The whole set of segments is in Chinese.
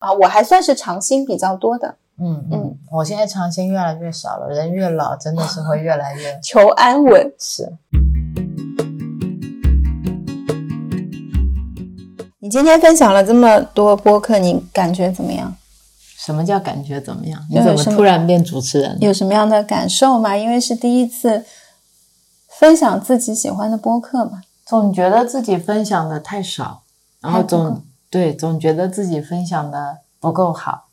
啊，我还算是长薪比较多的，嗯嗯嗯，我现在长薪越来越少了，人越老真的是会越来越 求安稳。是。你今天分享了这么多播客，你感觉怎么样？什么叫感觉怎么样？就你怎么是什么突然变主持人了？有什么样的感受吗？因为是第一次分享自己喜欢的播客嘛。总觉得自己分享的太少，然后还不够总对总觉得自己分享的不够 好，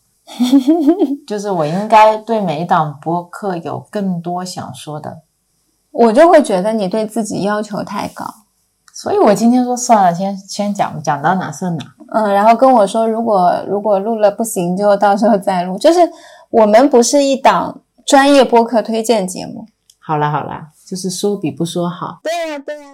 就是我应该对每一档播客有更多想说的，我就会觉得你对自己要求太高，所以我今天说算了，先先讲讲到哪算哪。嗯，然后跟我说如果如果录了不行，就到时候再录。就是我们不是一档专业播客推荐节目。好啦好啦，就是说比不说好。对呀、对呀、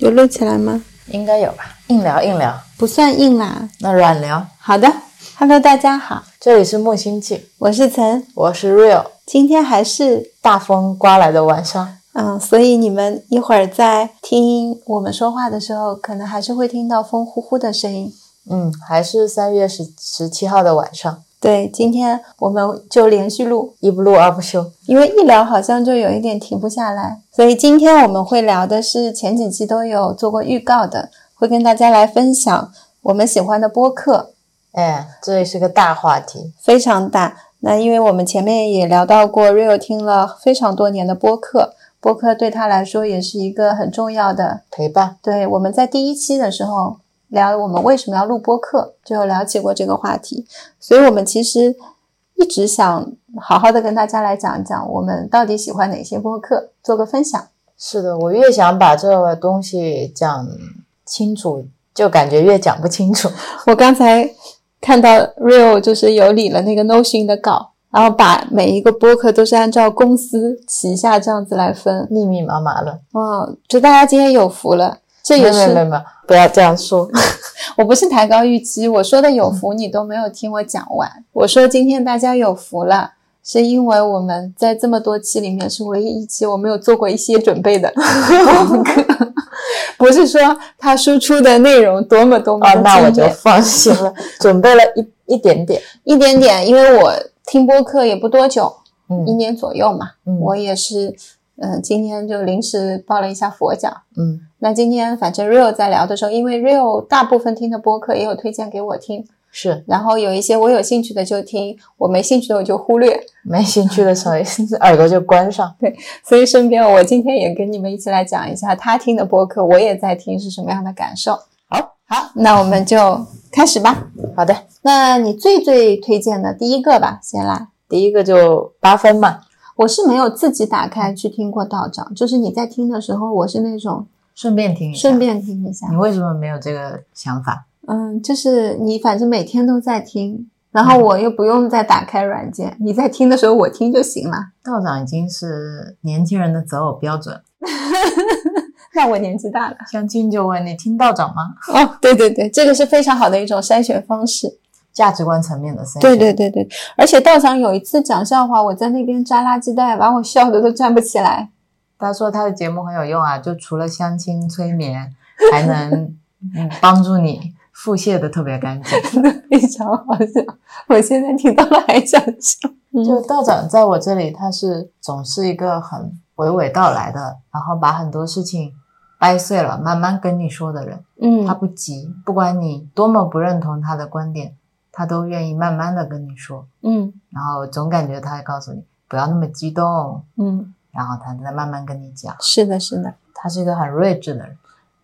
有录起来吗？应该有吧？硬聊硬聊，不算硬啦。那软聊。好的，Hello，大家好，这里是木星记，我是岑，我是 Real。今天还是大风刮来的晚上，嗯，所以你们一会儿在听我们说话的时候，可能还是会听到风呼呼的声音。嗯，还是三月十十七号的晚上，对，今天我们就连续录，一不录二不休。因为一聊好像就有一点停不下来，所以今天我们会聊的是前几期都有做过预告的，会跟大家来分享我们喜欢的播客。哎，这也是个大话题。非常大。那因为我们前面也聊到过，Rio 听了非常多年的播客，播客对他来说也是一个很重要的。陪伴。对，我们在第一期的时候聊我们为什么要录播客，就有聊起过这个话题。所以我们其实一直想好好的跟大家来讲一讲，我们到底喜欢哪些播客，做个分享。是的，我越想把这个东西讲清楚，就感觉越讲不清楚。 我刚才看到 Rio 就是有理了那个 Notion 的稿。然后把每一个播客都是按照公司旗下这样子来分，密密麻麻的。哇，这哦大家今天有福了。这没也有没有没有是，没有，不要这样说。我不是抬高预期，我说的有嗯福你都没有听我讲完。我说今天大家有福了，是因为我们在这么多期里面是唯一一期我没有做过一些准备 的功课，不是说他输出的内容多么多么哦，的那我精就炼放心 了，准备了一一点点。一点点，因为我听播客也不多久，一嗯年左右嘛，嗯我也是，嗯、今天就临时报了一下佛脚，嗯，那今天反正 Rio 在聊的时候，因为 Rio 大部分听的播客也有推荐给我听，是然后有一些我有兴趣的就听，我没兴趣的我就忽略。 没兴趣的时候， 耳朵就关上。所以顺便我今天也跟你们一起来讲一下他听的播客，我也在听是什么样的感受。好，好，那我们就开始吧。好的。那你最最推荐的第一个吧，先来。第一个就八分嘛，我是没有自己打开去听过道长，就是你在听的时候，我是那种顺便听一下。顺，便听一下你，为什么没有这个想法？嗯，就是你反正每天都在听，然后我又不用再打开软件，你在听的时候我听就行了。 道长已经是年轻人的择偶标准，那我年纪大了相亲就问你听道长吗？哦，对对对，这个是非常好的一种筛选方式。价值观层面的三对对对对，而且道长有一次讲笑话，我在那边扎垃圾袋，把我笑的都站不起来。 他说他的节目很有用啊，就除了相亲催眠，还 能嗯帮助你腹泻的特别干净。非常好笑，我现在听到了还想笑。就就道长在我这里，他是总是一个很娓娓道来的，然后把很多事情掰碎了，慢慢跟你说的人。嗯他不急，不管你多么不认同他的观点，他都愿意慢慢的跟你说。嗯然后总感觉他会告诉你不要那么激动，嗯，然后他再慢慢跟你讲。是的，是的。他是一个很睿智的人。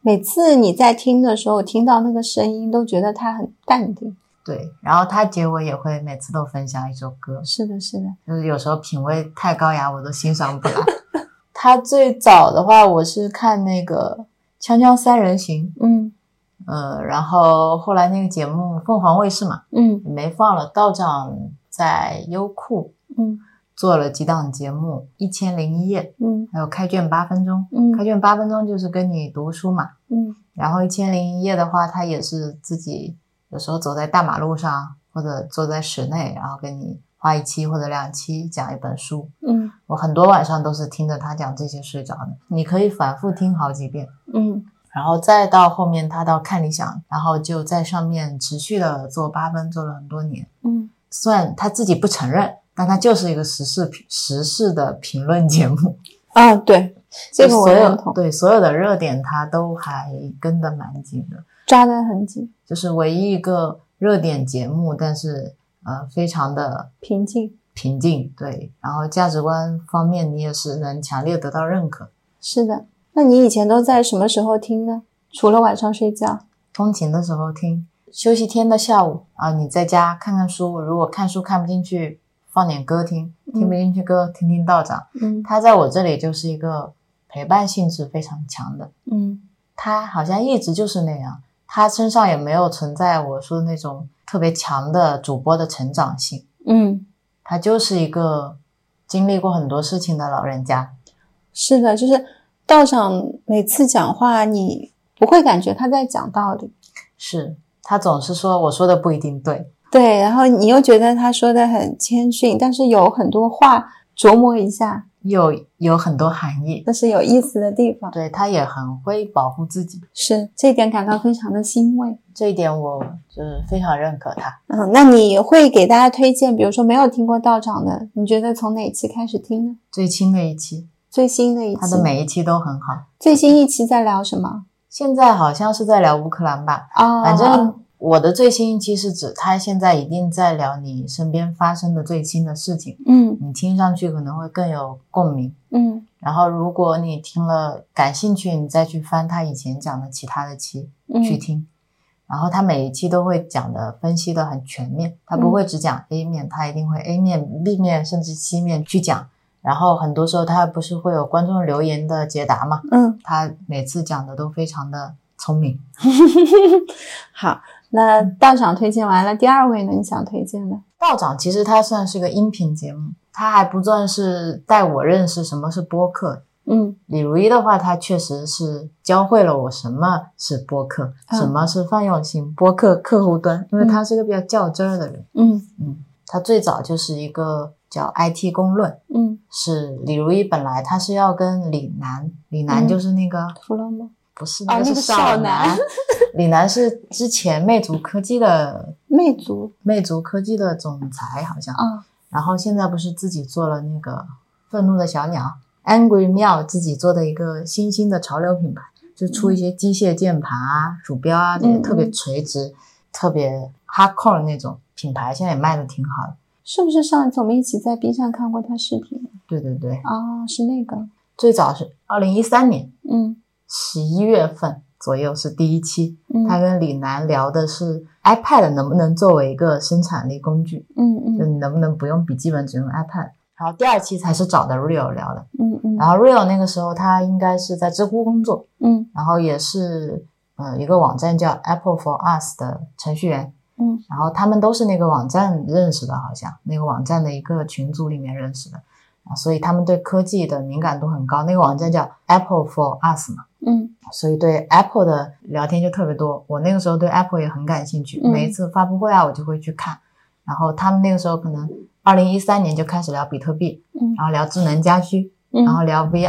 每次你在听的时候，听到那个声音，都觉得他很淡定。对，然后他结尾也会每次都分享一首歌，是的，是的。就是有时候品味太高雅，我都欣赏不来。 他最早的话，我是看那个《锵锵三人行嗯》，呃，然后后来那个节目凤凰卫视嘛嗯没放了，道长在优酷嗯做了几档节目，《一千零一夜》，嗯还有《开卷八分钟》。开嗯卷八分钟就是跟你读书嘛，嗯然后《一千零一夜》的话，他也是自己有时候走在大马路上，或者坐在室内，然后给你花一期或者两期讲一本书。嗯我很多晚上都是听着他讲这些睡着的。你可以反复听好几遍，嗯，然后再到后面他到看理想，然后就在上面持续的做八分，做了很多年。嗯，虽然他自己不承认，但他就是一个时事评时事的评论节目，啊，对，这个我所认有同，对所有的热点他都还跟得蛮紧的，抓得很紧，就是唯一一个热点节目，但是呃非常的平静。平静，对，然后价值观方面你也是能强烈得到认可。是的，那你以前都在什么时候听呢？除了晚上睡觉，通勤的时候听，休息天的下午啊，你在家看看书，如果看书看不进去，放点歌听，听不进去歌，听听道长。嗯他在我这里就是一个陪伴性质非常强的，嗯他好像一直就是那样，他身上也没有存在我说的那种特别强的主播的成长性，嗯，他就是一个经历过很多事情的老人家。是的，就是道长每次讲话，你不会感觉他在讲道理，是他总是说我说的不一定对，对，然后你又觉得他说的很谦逊，但是有很多话琢磨一下，有有很多含义，这是有意思的地方，对他也很会保护自己，是这一点感到非常的欣慰。这一点我就是非常认可他。嗯，那你会给大家推荐，比如说没有听过道长的，你觉得从哪一期开始听呢？最新的一期，最新的一期，他的每一期都很好。最新一期在聊什么现在好像是在聊乌克兰吧，啊？反正我的最新一期是指他现在一定在聊你身边发生的最新的事情，嗯你听上去可能会更有共鸣。嗯然后，如果你听了感兴趣，你再去翻他以前讲的其他的期嗯去听。然后他每一期都会讲的分析的很全面，他不会只讲 A 面，他一定会 A 面、B 面甚至 C 面去讲。然后很多时候他不是会有观众留言的解答嘛，嗯，他每次讲的都非常的聪明。好，那道长推荐完了，第二位呢？你想推荐的？道长其实他算是个音频节目，他还不算是带我认识什么是播客。嗯李如一的话，他确实是教会了我什么是播客，嗯什么是泛用型播客客户端，因为他是个比较较真儿的人。嗯嗯，他最早就是一个叫 IT 公论，嗯，是李如一本来他是要跟李楠，李楠嗯就是那个、弗洛姆不是啊那那个个是少少男李楠是之前魅族科技的魅族魅族科技的总裁好像。啊，然后现在不是自己做了那个愤怒的小鸟 Angry Meow 自己做的一个新兴的潮流品牌，就出一些机械键盘啊、鼠标啊那些嗯特别垂直、特别 hardcore 的那种品牌，现在也卖的挺好的。是不是上一次我们一起在 B 站看过他视频对对对，啊？是那个，最早是二零一三年嗯十一月份左右是第一期，嗯他跟李楠聊的是 iPad 能不能作为一个生产力工具，嗯就嗯你能不能不用笔记本，只用 iPad。然后第二期才是找的 Real 聊的。嗯嗯然后 Real 那个时候他应该是在知乎工作，嗯然后也是呃一个网站叫 Apple for Us 的程序员，嗯，然后他们都是那个网站认识的，好像那个网站的一个群组里面认识的。啊，所以他们对科技的敏感度很高，那个网站叫 Apple for Us 嘛，嗯所以对 Apple 的聊天就特别多。我那个时候对 Apple 也很感兴趣，嗯每一次发布会啊，我就会去看。然后他们那个时候可能二零一三年就开始聊比特币，嗯然后聊智能家居，嗯，然后聊 VR，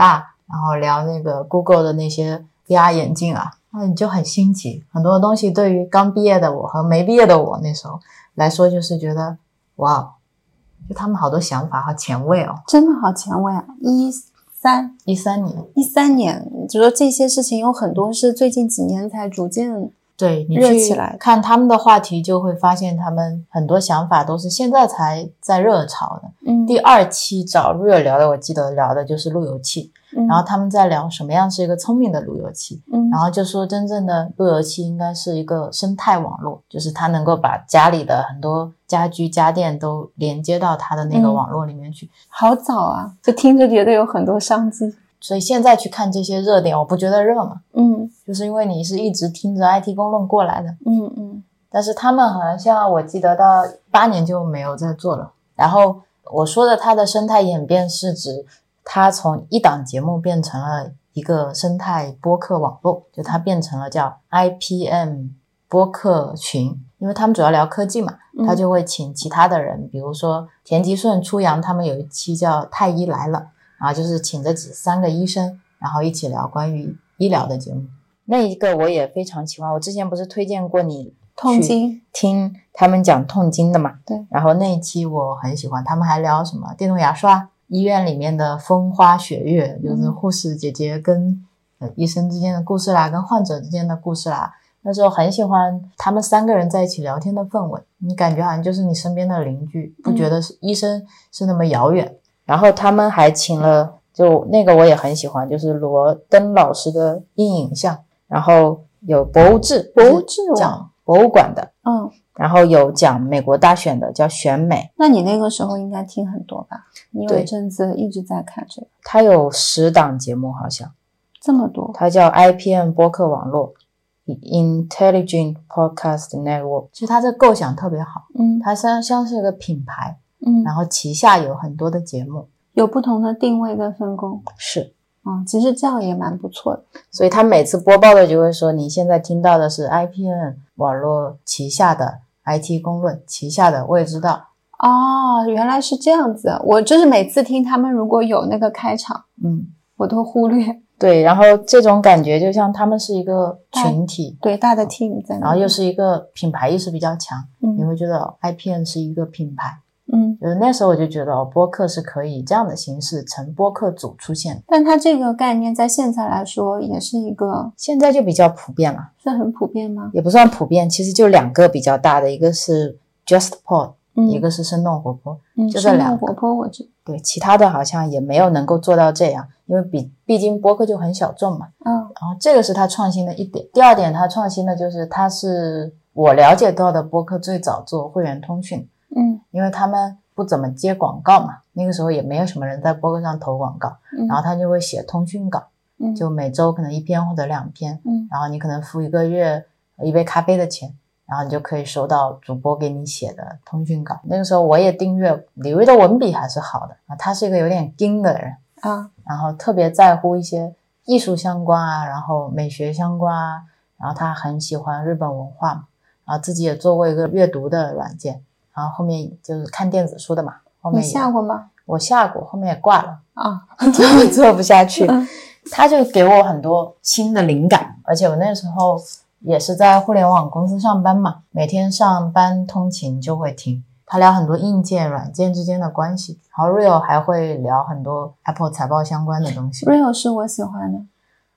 然后聊那个 Google 的那些 VR 眼镜啊，那你就很新奇。很多东西对于刚毕业的我和没毕业的我那时候来说，就是觉得哇，哦就他们好多想法好前卫哦。真的好前卫啊！一三一三年，一三年，就说这些事情有很多是最近几年才逐渐，对你热去起来看他们的话题，就会发现他们很多想法都是现在才在热潮的。嗯第二期找 Real 聊的，我记得聊的就是路由器，嗯然后他们在聊什么样是一个聪明的路由器。嗯然后就说，真正的路由器应该是一个生态网络，就是它能够把家里的很多家居家电都连接到它的那个嗯网络里面去。好早啊，就听着觉得有很多商机，所以现在去看这些热点，我不觉得热嘛，嗯就是因为你是一直听着 IT 公论过来的。嗯嗯但是他们好像我记得到八年就没有再做了。然后我说的它的生态演变是指它从一档节目变成了一个生态播客网络，就它变成了叫 IPM 播客群，因为他们主要聊科技嘛，嗯他就会请其他的人，比如说田吉顺、初阳，他们有一期叫《太医来了》，啊，就是请这几三个医生，然后一起聊关于医疗的节目。那一个我也非常喜欢。我之前不是推荐过你痛经，听他们讲痛经的嘛？对。然后那一期我很喜欢，他们还聊什么电动牙刷、医院里面的风花雪月，就是嗯护士姐姐跟呃医生之间的故事啦，跟患者之间的故事啦。那时候很喜欢他们三个人在一起聊天的氛围，你感觉好像就是你身边的邻居，不觉嗯得是医生是那么遥远。然后他们还请了，就那个我也很喜欢，就是罗登老师的《阴影像》，然后有博物志，博物志我哦讲博物馆的，嗯，然后有讲美国大选的，叫选美，那你那个时候应该听很多吧？你有对一阵子一直在看这个，它有十档节目，好像这么多，它叫 IPN 播客网络，Intelligent Podcast Network。其实它这构想特别好，嗯它像像是一个品牌，嗯，然后旗下有很多的节目，有不同的定位跟分工，是，嗯，其实这样也蛮不错的，所以它每次播报的就会说，你现在听到的是 IPN 网络旗下的 IT 公论，旗下的未知道，哦，原来是这样子。我就是每次听他们如果有那个开场，嗯，我都忽略。对，然后这种感觉就像他们是一个群体。对，大的 team 在那里，然后又是一个品牌意识比较强，你嗯会觉得 IPN 是一个品牌。嗯，就是那时候我就觉得哦，播客是可以以这样的形式成播客组出现，但它这个概念在现在来说也是一个现在就比较普遍了，是很普遍吗？也不算普遍，其实就两个比较大的，一个是 JustPod，、嗯，一个是生动活泼。嗯就这生动两个活泼，我知对，其他的好像也没有能够做到这样，因为比毕竟播客就很小众嘛。嗯然后这个是他创新的一点。第二点，他创新的就是他是我了解到的播客最早做会员通讯，嗯因为他们不怎么接广告嘛，那个时候也没有什么人在播客上投广告，嗯，然后他就会写通讯稿，嗯就每周可能一篇或者两篇，嗯然后你可能付一个月一杯咖啡的钱，然后你就可以收到主播给你写的通讯稿。那个时候我也订阅，李锐的文笔还是好的啊，他是一个有点精的人，啊然后特别在乎一些艺术相关啊，然后美学相关啊，然后他很喜欢日本文化嘛，然后自己也做过一个阅读的软件，然后后面就是看电子书的嘛，后你面也下过吗？我下过，后面也挂了，啊，做做不下去嗯，他就给我很多新的灵感，而且我那时候也是在互联网公司上班嘛，每天上班通勤就会听。他聊很多硬件、软件之间的关系，然后 Real 还会聊很多 Apple 财报相关的东西。 real 是我喜欢的，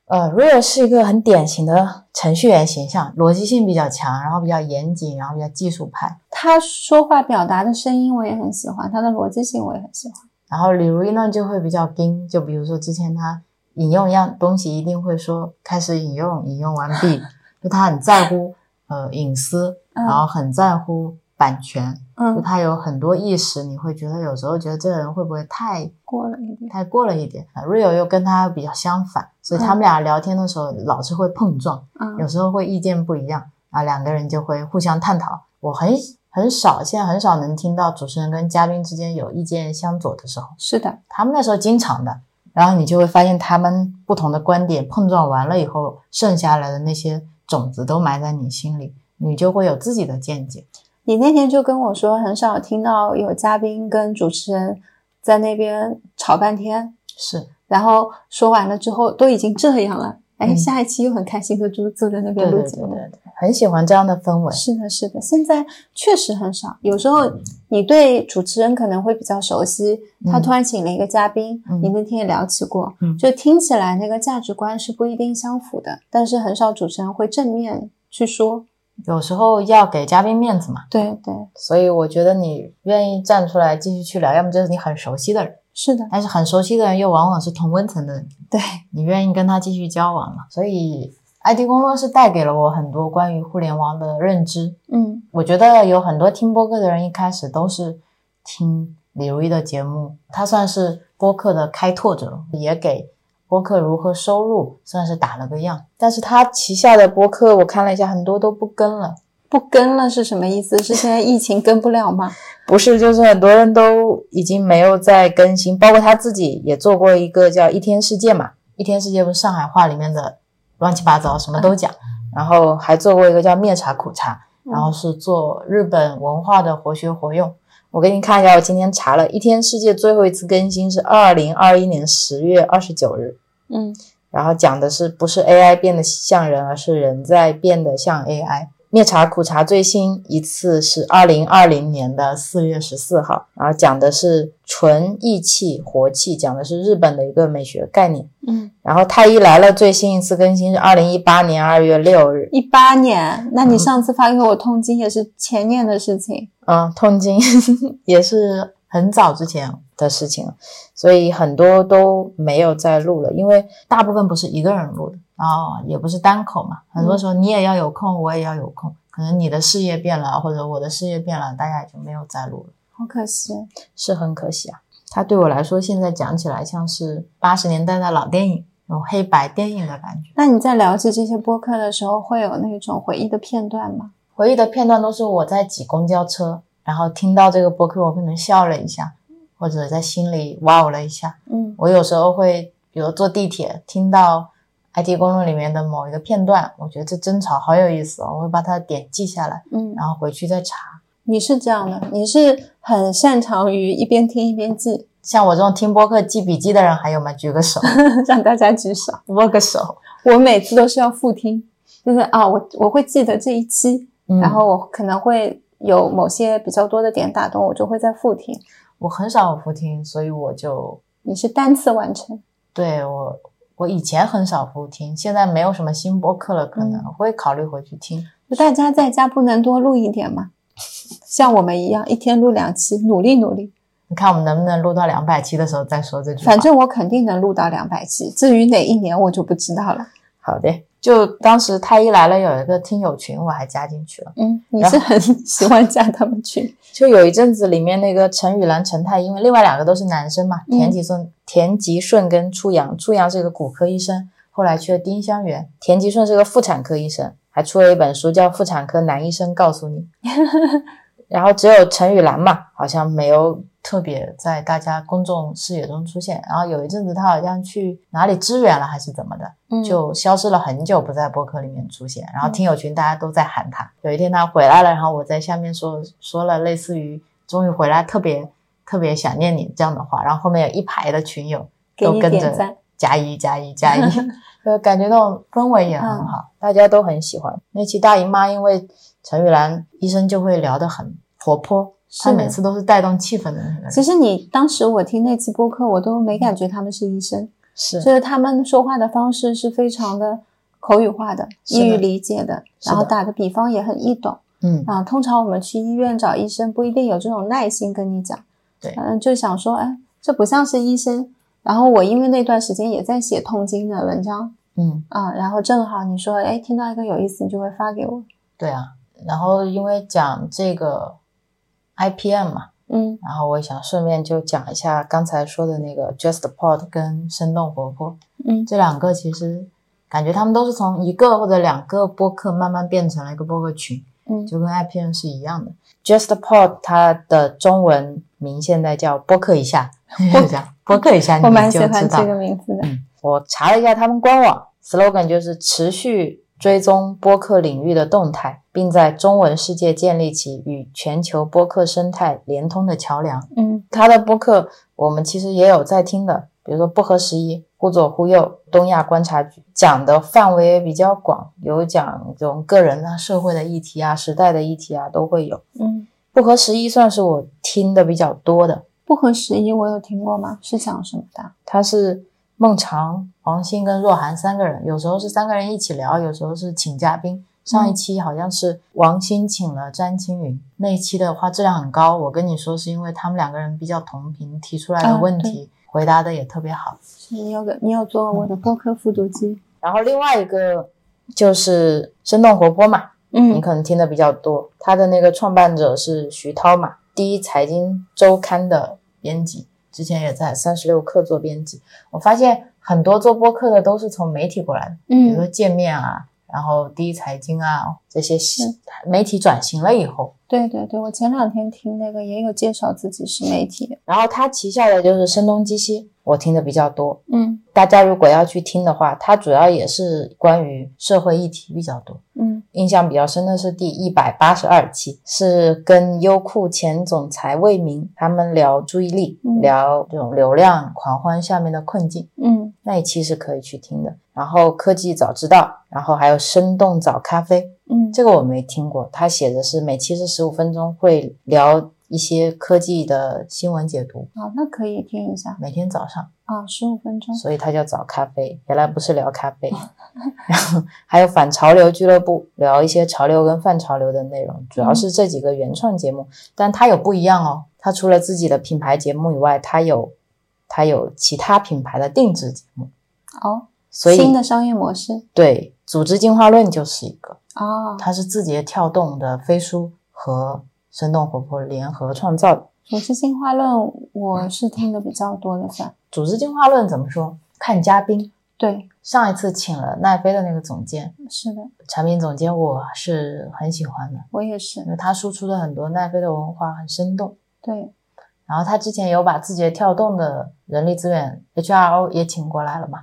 呃，Real 是一个很典型的程序员形象，逻辑性比较强，然后比较严谨，然后比较技术派。他说话表达的声音我也很喜欢，他的逻辑性我也很喜欢。啊然后李如一呢就会比较硬，就比如说之前他引用一样东西，一定会说开始引用，引用完毕，就他很在乎呃隐私，嗯然后很在乎版权，就嗯，他有很多意识，你会觉得有时候觉得这个人会不会太过了一点。太过了一点。啊 Rio 又跟他比较相反，所以他们俩聊天的时候老是会碰撞。嗯有时候会意见不一样啊，两个人就会互相探讨。我很很少，现在很少能听到主持人跟嘉宾之间有意见相左的时候，是的，他们那时候经常的。然后你就会发现，他们不同的观点碰撞完了以后，剩下来的那些种子都埋在你心里，你就会有自己的见解。你那天就跟我说，很少听到有嘉宾跟主持人在那边吵半天，是然后说完了之后都已经这样了，哎，嗯下一期又很开心的就坐在那对边对录对节对目。对，很喜欢这样的氛围。是的，是的，现在确实很少。有时候你对主持人可能会比较熟悉，他嗯突然请了一个嘉宾，嗯你那天也聊起过，嗯就听起来那个价值观是不一定相符的，但是很少主持人会正面去说。有时候要给嘉宾面子嘛，对对，所以我觉得你愿意站出来继续去聊，要么就是你很熟悉的人。是的，但是很熟悉的人又往往是同温层的人，对，你愿意跟他继续交往了。所以 IT 工作室带给了我很多关于互联网的认知。嗯。我觉得有很多听播客的人一开始都是听李如一的节目，他算是播客的开拓者，也给播客如何收入算是打了个样。但是他旗下的播客，我看了一下，很多都不跟了。不跟了是什么意思？是现在疫情跟不了吗？ 不是，就是很多人都已经没有在更新，包括他自己也做过一个叫《一天世界》嘛，《一天世界》不是上海话里面的乱七八糟，什么都讲，然后还做过一个叫《灭茶苦茶》，然后是做日本文化的活学活用。我给你看一下，我今天查了，《一天世界》最后一次更新是二零二一年十月二十九日，嗯，然后讲的是不是 AI 变得像人，而是人在变得像 AI。灭茶苦茶最新一次是二零二零年的四月十四号，然后讲的是纯益气活气，讲的是日本的一个美学概念。嗯，然后太医来了最新一次更新是二零一八年二月六日。一八年，那你上次发给我痛经也是前年的事情。嗯，痛经 也是很早之前的事情了，所以很多都没有再录了，因为大部分不是一个人录的，然后也不是单口嘛，很多时候你也要有空，我也要有空，可能你的事业变了，或者我的事业变了，大家也就没有再录了，好可惜，是很可惜啊。它对我来说，现在讲起来像是八十年代的老电影，那种黑白电影的感觉。那你在聊起这些播客的时候，会有那种回忆的片段吗？回忆的片段都是我在挤公交车，然后听到这个播客，我可能笑了一下，或者在心里哇哦了一下。嗯我有时候会，比如坐地铁听到 IT 公论里面的某一个片段，我觉得这争吵好有意思哦，我会把它点记下来，嗯，然后回去再查。你是这样的，你是很擅长于一边听一边记， 像我这种听播客记笔记的人还有吗？举个手，让大家举手。握个手。我每次都是要复听，就是啊，我我会记得这一期，嗯然后我可能会有某些比较多的点打动，我就会再复听。我很少复听，所以我就你是单次完成，对我我以前很少复听，现在没有什么新播客了，可能、嗯我会考虑回去听。就大家在家不能多录一点吗？像我们一样，一天录两期，努力努力。你看我们能不能录到两百期的时候再说这句话？反正我肯定能录到两百期，至于哪一年我就不知道了。好的。就当时太医来了有一个听友群，我还加进去了。嗯，你是很 喜欢加他们群，就有一阵子里面那个陈雨兰、陈太，因为另外两个都是男生嘛，嗯田吉顺、田吉顺跟初阳，初阳是一个骨科医生，后来去了丁香园，田吉顺是个妇产科医生，还出了一本书叫《妇产科男医生告诉你》，然后只有陈雨兰嘛，好像没有特别在大家公众视野中出现，然后有一阵子他好像去哪里支援了还是怎么的，就消失了很久，不在播客里面出现。然后听友群大家都在喊他。有一天他回来了，然后我在下面说说了类似于“终于回来，特别特别想念你”这样的话，然后后面有一排的群友给都你跟点赞着。加一加一加一，就感觉那种氛围也很好，大家都很喜欢。那期大姨妈因为陈玉兰医生就会聊得很活泼，是她的每次都是带动气氛的那个人，其实你当时我听那期播客，我都没感觉他们是医生，是就是他们说话的方式是非常的口语化的、是的易于理解的，是的然后打的比方也很易懂。嗯啊，通常我们去医院找医生，不一定有这种耐心跟你讲。对嗯，就想说，哎，这不像是医生。然后我因为那段时间也在写痛经的文章嗯。啊，然后正好你说，哎，听到一个有意思，你就会发给我。对啊，然后因为讲这个 IPM 嘛，嗯然后我想顺便就讲一下刚才说的那个 JustPod 跟生动活泼嗯这两个，其实感觉他们都是从一个或者两个播客慢慢变成了一个播客群，嗯就跟 IPM 是一样的。JustPod 它的中文名现在叫播客一 下，就这样播客一下你我蛮喜就知欢道这。个名字的。我查了一下他们官网，slogan 就是持续追踪播客领域的动态，并在中文世界建立起与全球播客生态连通的桥梁。嗯他的播客我们其实也有在听的，比如说《不合时宜》《忽左忽右》《东亚观察局》，讲的范围也比较广，有讲这种个人啊、社会的议题啊、时代的议题啊都会有。《嗯，不合时宜》算是我听的比较多的，不合时宜我有听过吗？是讲什么的？他是孟尝、黄兴跟若涵三个人，有时候是三个人一起聊，有时候是请嘉宾。上一期好像是王兴请了詹青云，那一期的话质量很高。我跟你说，是因为他们两个人比较同频，提出来的啊问题、回答的也特别好。是你有个你有做我的播客复读机？然后另外一个就是生动活泼嘛，你嗯可能听的比较多。他的那个创办者是徐涛嘛，第一财经周刊的编辑，之前也在三十六氪做编辑。我发现很多做播客的都是从媒体过来的，比如说嗯，界面啊，然后第一财经啊这些新嗯媒体转型了以后，对对对，我前两天听那个也有介绍自己是媒体。然后他旗下的就是声东击西，我听的比较多。嗯大家如果要去听的话，它主要也是关于社会议题比较多。嗯印象比较深的是第一百八十二期，是跟优酷前总裁魏明他们聊注意力，嗯聊这种流量狂欢下面的困境，嗯那一期是可以去听的。然后科技早知道，然后还有生动早咖啡，嗯，这个我没听过。他写的是每期是十五分钟，会聊一些科技的新闻解读，好，哦那可以听一下每天早上，啊，十五分钟，所以它叫早咖啡。原来不是聊咖啡，然后还有反潮流俱乐部，聊一些潮流跟泛潮流的内容，主要是这几个原创节目。但它有不一样哦，它除了自己的品牌节目以外，它有它有其他品牌的定制节目，哦，所以新的商业模式对《组织进化论》就是一个。哦，它是字节跳动的飞书和生动活泼联合创造的。组织进化论我是听的比较多的算，组织进化论怎么说？看嘉宾。对，上一次请了奈飞的那个总监，是的，产品总监，我是很喜欢的，我也因是，为他输出的很多奈飞的文化很生动。对，然后他之前有把字节跳动的人力资源 HRO 也请过来了嘛，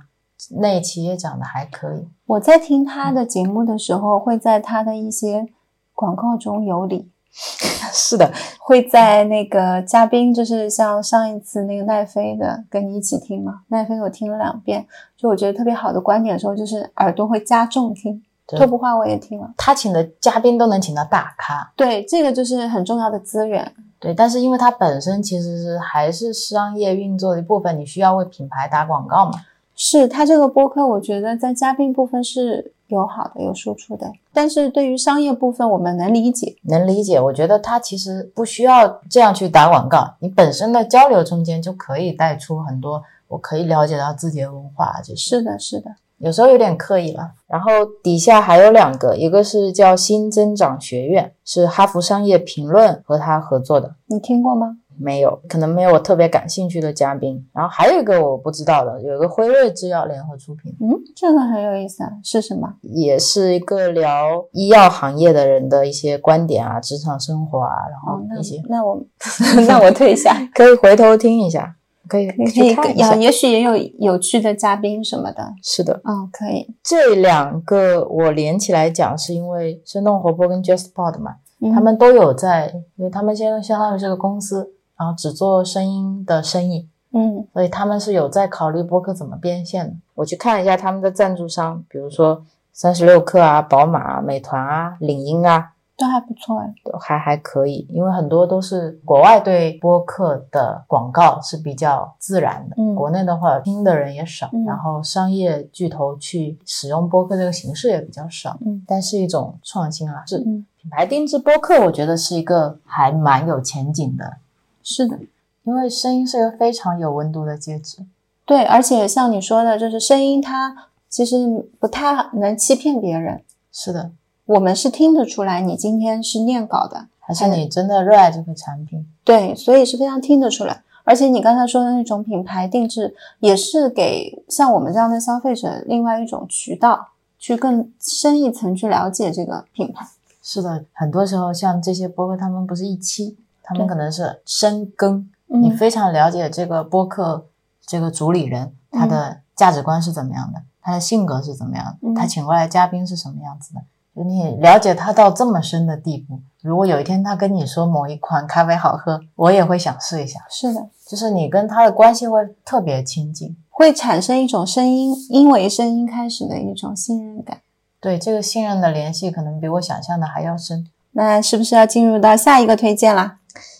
那一期也讲的还可以。我在听他的节目的时候，会在他的一些广告中有理， 是的，会在那个嘉宾，就是像上一次那个奈飞的，跟你一起听嘛。奈飞我听了两遍，就我觉得特别好的观点的时候，就是耳朵会加重听。对拓扑话我也听了，他请的嘉宾都能请到大咖，对，这个就是很重要的资源。对，但是因为它本身其实是还是商业运作的一部分，你需要为品牌打广告嘛。是他这个播客，我觉得在嘉宾部分是有好的，有输出的，但是对于商业部分，我们能理解。能理解，我觉得它其实不需要这样去打广告，你本身的交流中间就可以带出很多，我可以了解到自己的文化，就是是的，是的，有时候有点刻意了。然后底下还有两个，一个是叫新增长学院，是哈佛商业评论和他合作的，你听过吗？没有，可能没有我特别感兴趣的嘉宾。然后还有一个我不知道的，有一个辉瑞制药联合出品。嗯，这个很有意思啊，是什么？也是一个聊医药行业的人的一些观点啊，职场生活啊，然后哦，那一些、那我 那我退 下。可以回头听一下，可以你可去以看一呀，下。也许也有有趣的嘉宾什么的。是的，嗯，可以。这两个我连起来讲，是因为生动活泼跟 JustPod 嘛，嗯他们都有在，因为他们现在相当于是个公司，然后只做声音的生意，嗯所以他们是有在考虑播客怎么变现的。我去看一下他们的赞助商，比如说三十六氪啊、宝马啊、美团啊、领英啊，都还不错哎。都还还可以，因为很多都是国外对播客的广告是比较自然的，嗯国内的话听的人也少，嗯然后商业巨头去使用播客这个形式也比较少，嗯但是一种创新啊，是嗯，品牌定制播客，我觉得是一个还蛮有前景的，是的，因为声音是一个非常有温度的介质，对。而且像你说的，就是声音它其实不太能欺骗别人，是的，我们是听得出来你今天是念稿的，还是你真的热爱这个产品，对，所以是非常听得出来。而且你刚才说的那种品牌定制，也是给像我们这样的消费者另外一种渠道，去更深一层去了解这个品牌。是的，很多时候像这些播客，他们不是一期，他们对可能是深耕。嗯你非常了解这个播客这个主理人嗯他的价值观是怎么样的，他的性格是怎么样嗯的，他请过来嘉宾是什么样子的，就你了解他到这么深的地步。如果有一天他跟你说某一款咖啡好喝，我也会想试一下。是的，就是你跟他的关系会特别亲近。会产生一种声音，因为声音开始的一种信任感。对这个信任的联系，可能比我想象的还要深。那是不是要进入到下一个推荐啦？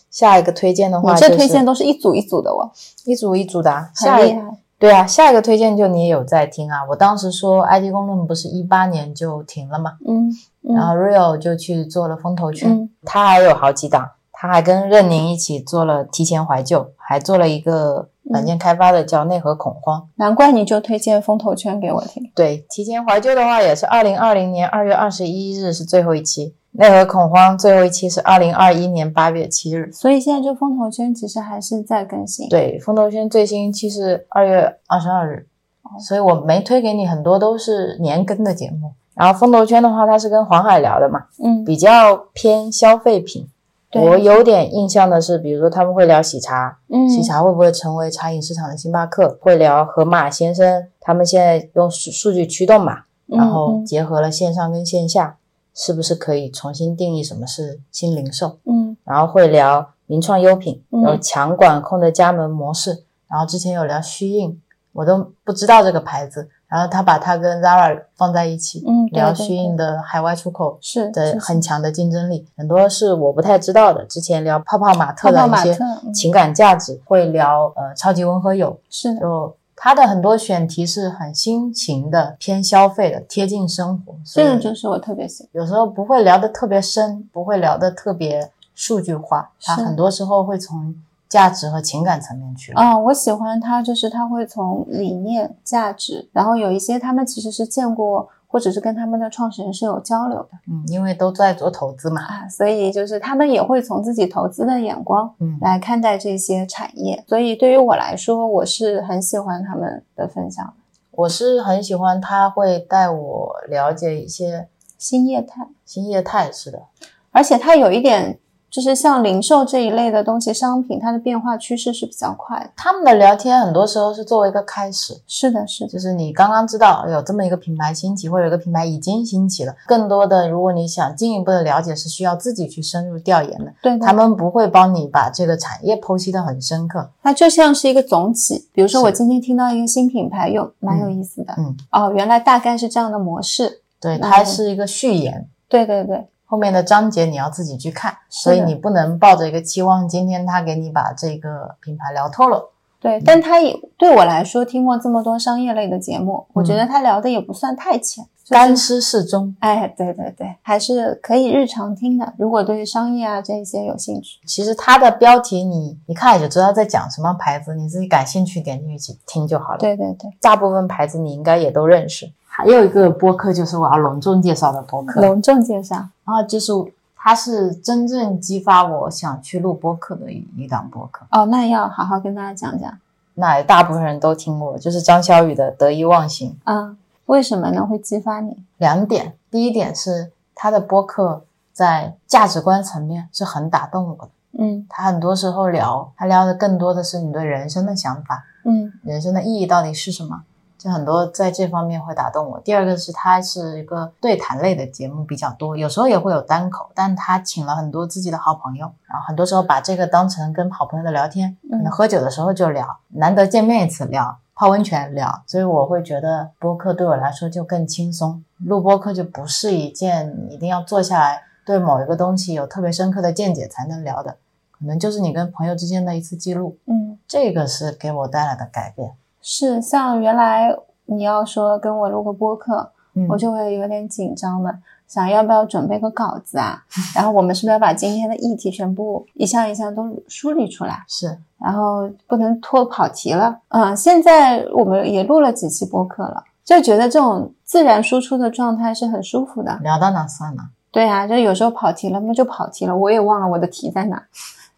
下一个推荐的你话、就是，这推荐都是一组一组的哦，一组一组的、啊，很下一厉害。对啊，下一个推荐就你也有在听啊。我当时说 ID 公论不是一八年就停了嘛，嗯，嗯然后 Real 就去做了风投圈，嗯他还有好几档，他还跟任宁一起做了提前怀旧，还做了一嗯个软件开发的叫内核恐慌。难怪你就推荐风投圈给我听。对，提前怀旧的话也是二零二零年二月二十一日是最后一期，内核恐慌最后一期是二零二一年八月七日。所以现在这风投圈其实还是在更新。，对，风投圈最新一期是二月二十二日，哦所以我没推给你很多都是年更的节目。然后风投圈的话，它是跟黄海聊的嘛，嗯，比较偏消费品。对我有点印象的是，比如说他们会聊喜茶，嗯喜茶会不会成为茶饮市场的星巴克？会聊盒马先生，他们现在用数数据驱动嘛，然后嗯结合了线上跟线下，是不是可以重新定义什么是新零售？嗯然后会聊名创优品，嗯有强管控的加盟模式，然后之前有聊虚印，我都不知道这个牌子，然然后他把它跟 Zara 放在一起，嗯，对聊对虚印对的海外出口是的是很是强的竞争力，很多是我不太知道的。之前聊泡泡玛特泡泡的一玛些特嗯情感价值，会聊呃超级温和友，是的，就它的很多选题是很新型的，偏消费的，贴近生活。所这以种就是我特别喜欢。有时候不会聊得特别深，不会聊得特别数据化，它是很多时候会从价值和情感层面去聊。啊、我喜欢他，就是他会从理念、价值，然后有一些他们其实是见过，或者是跟他们的创始人是有交流的嗯，因为都在做投资嘛。啊，所以就是他们也会从自己投资的眼光嗯，来看待这些产业。所以对于我来说，我是很喜欢他们的分享，我是很喜欢他会带我了解一些新业态，新业态，是的，而且它有一点就是像零售这一类的东西，商品它的变化趋势是比较快的。他们的聊天很多时候是作为一个开始，是的，是的，就是你刚刚知道哎有这么一个品牌兴起，或者有一个品牌已经兴起了。更多的，如果你想进一步的了解，是需要自己去深入调研的。对的。他们不会帮你把这个产业剖析的很深刻，它就像是一个总体，比如说是我今天听到一个新品牌，有蛮有意思的，嗯，哦，原来大概是这样的模式，对，嗯它是一个序言，对对对，后面的章节你要自己去看，是所的以你不能抱着一个期望，今天他给你把这个品牌聊透了。对，但它也对我来说，听过这么多商业类的节目，我觉得他聊的也不算太浅，嗯干湿适中，哎，对对对，还是可以日常听的。如果对于商业啊这一些有兴趣，其实它的标题你一看也就知道在讲什么牌子，你自己感兴趣点进去听就好了。对对对，大部分牌子你应该也都认识。还有一个播客就是我要隆重介绍的播客，隆重介绍，然后就是它是真正激发我想去录播客的一一档播客。哦，那要好好跟大家讲讲那大部分人都听过，就是张小雨的《得意忘形》。啊，为什么呢？会激发你？两点，第一点是他的播客在价值观层面是很打动我的。嗯他很多时候聊，他聊的更多的是你对人生的想法，嗯人生的意义到底是什么？就很多在这方面会打动我。第二个是它是一个对谈类的节目比较多，有时候也会有单口，但他请了很多自己的好朋友，然后很多时候把这个当成跟好朋友的聊天，可能嗯喝酒的时候就聊，难得见面一次聊，泡温泉聊，所以我会觉得播客对我来说就更轻松。录播客就不是一件你一定要坐下来对某一个东西有特别深刻的见解才能聊的，可能就是你跟朋友之间的一次记录，嗯，这个是给我带来的改变。是像原来你要说跟我录个播客，嗯我就会有点紧张嘛，想要不要准备个稿子啊？然后我们是不是要把今天的议题全部一项一项都梳理出来？是然后不能拖跑题了。嗯，现在我们也录了几期播客了，就觉得这种自然输出的状态是很舒服的。聊到哪算哪，对啊，就有时候跑题了，那就跑题了，我也忘了我的题在哪。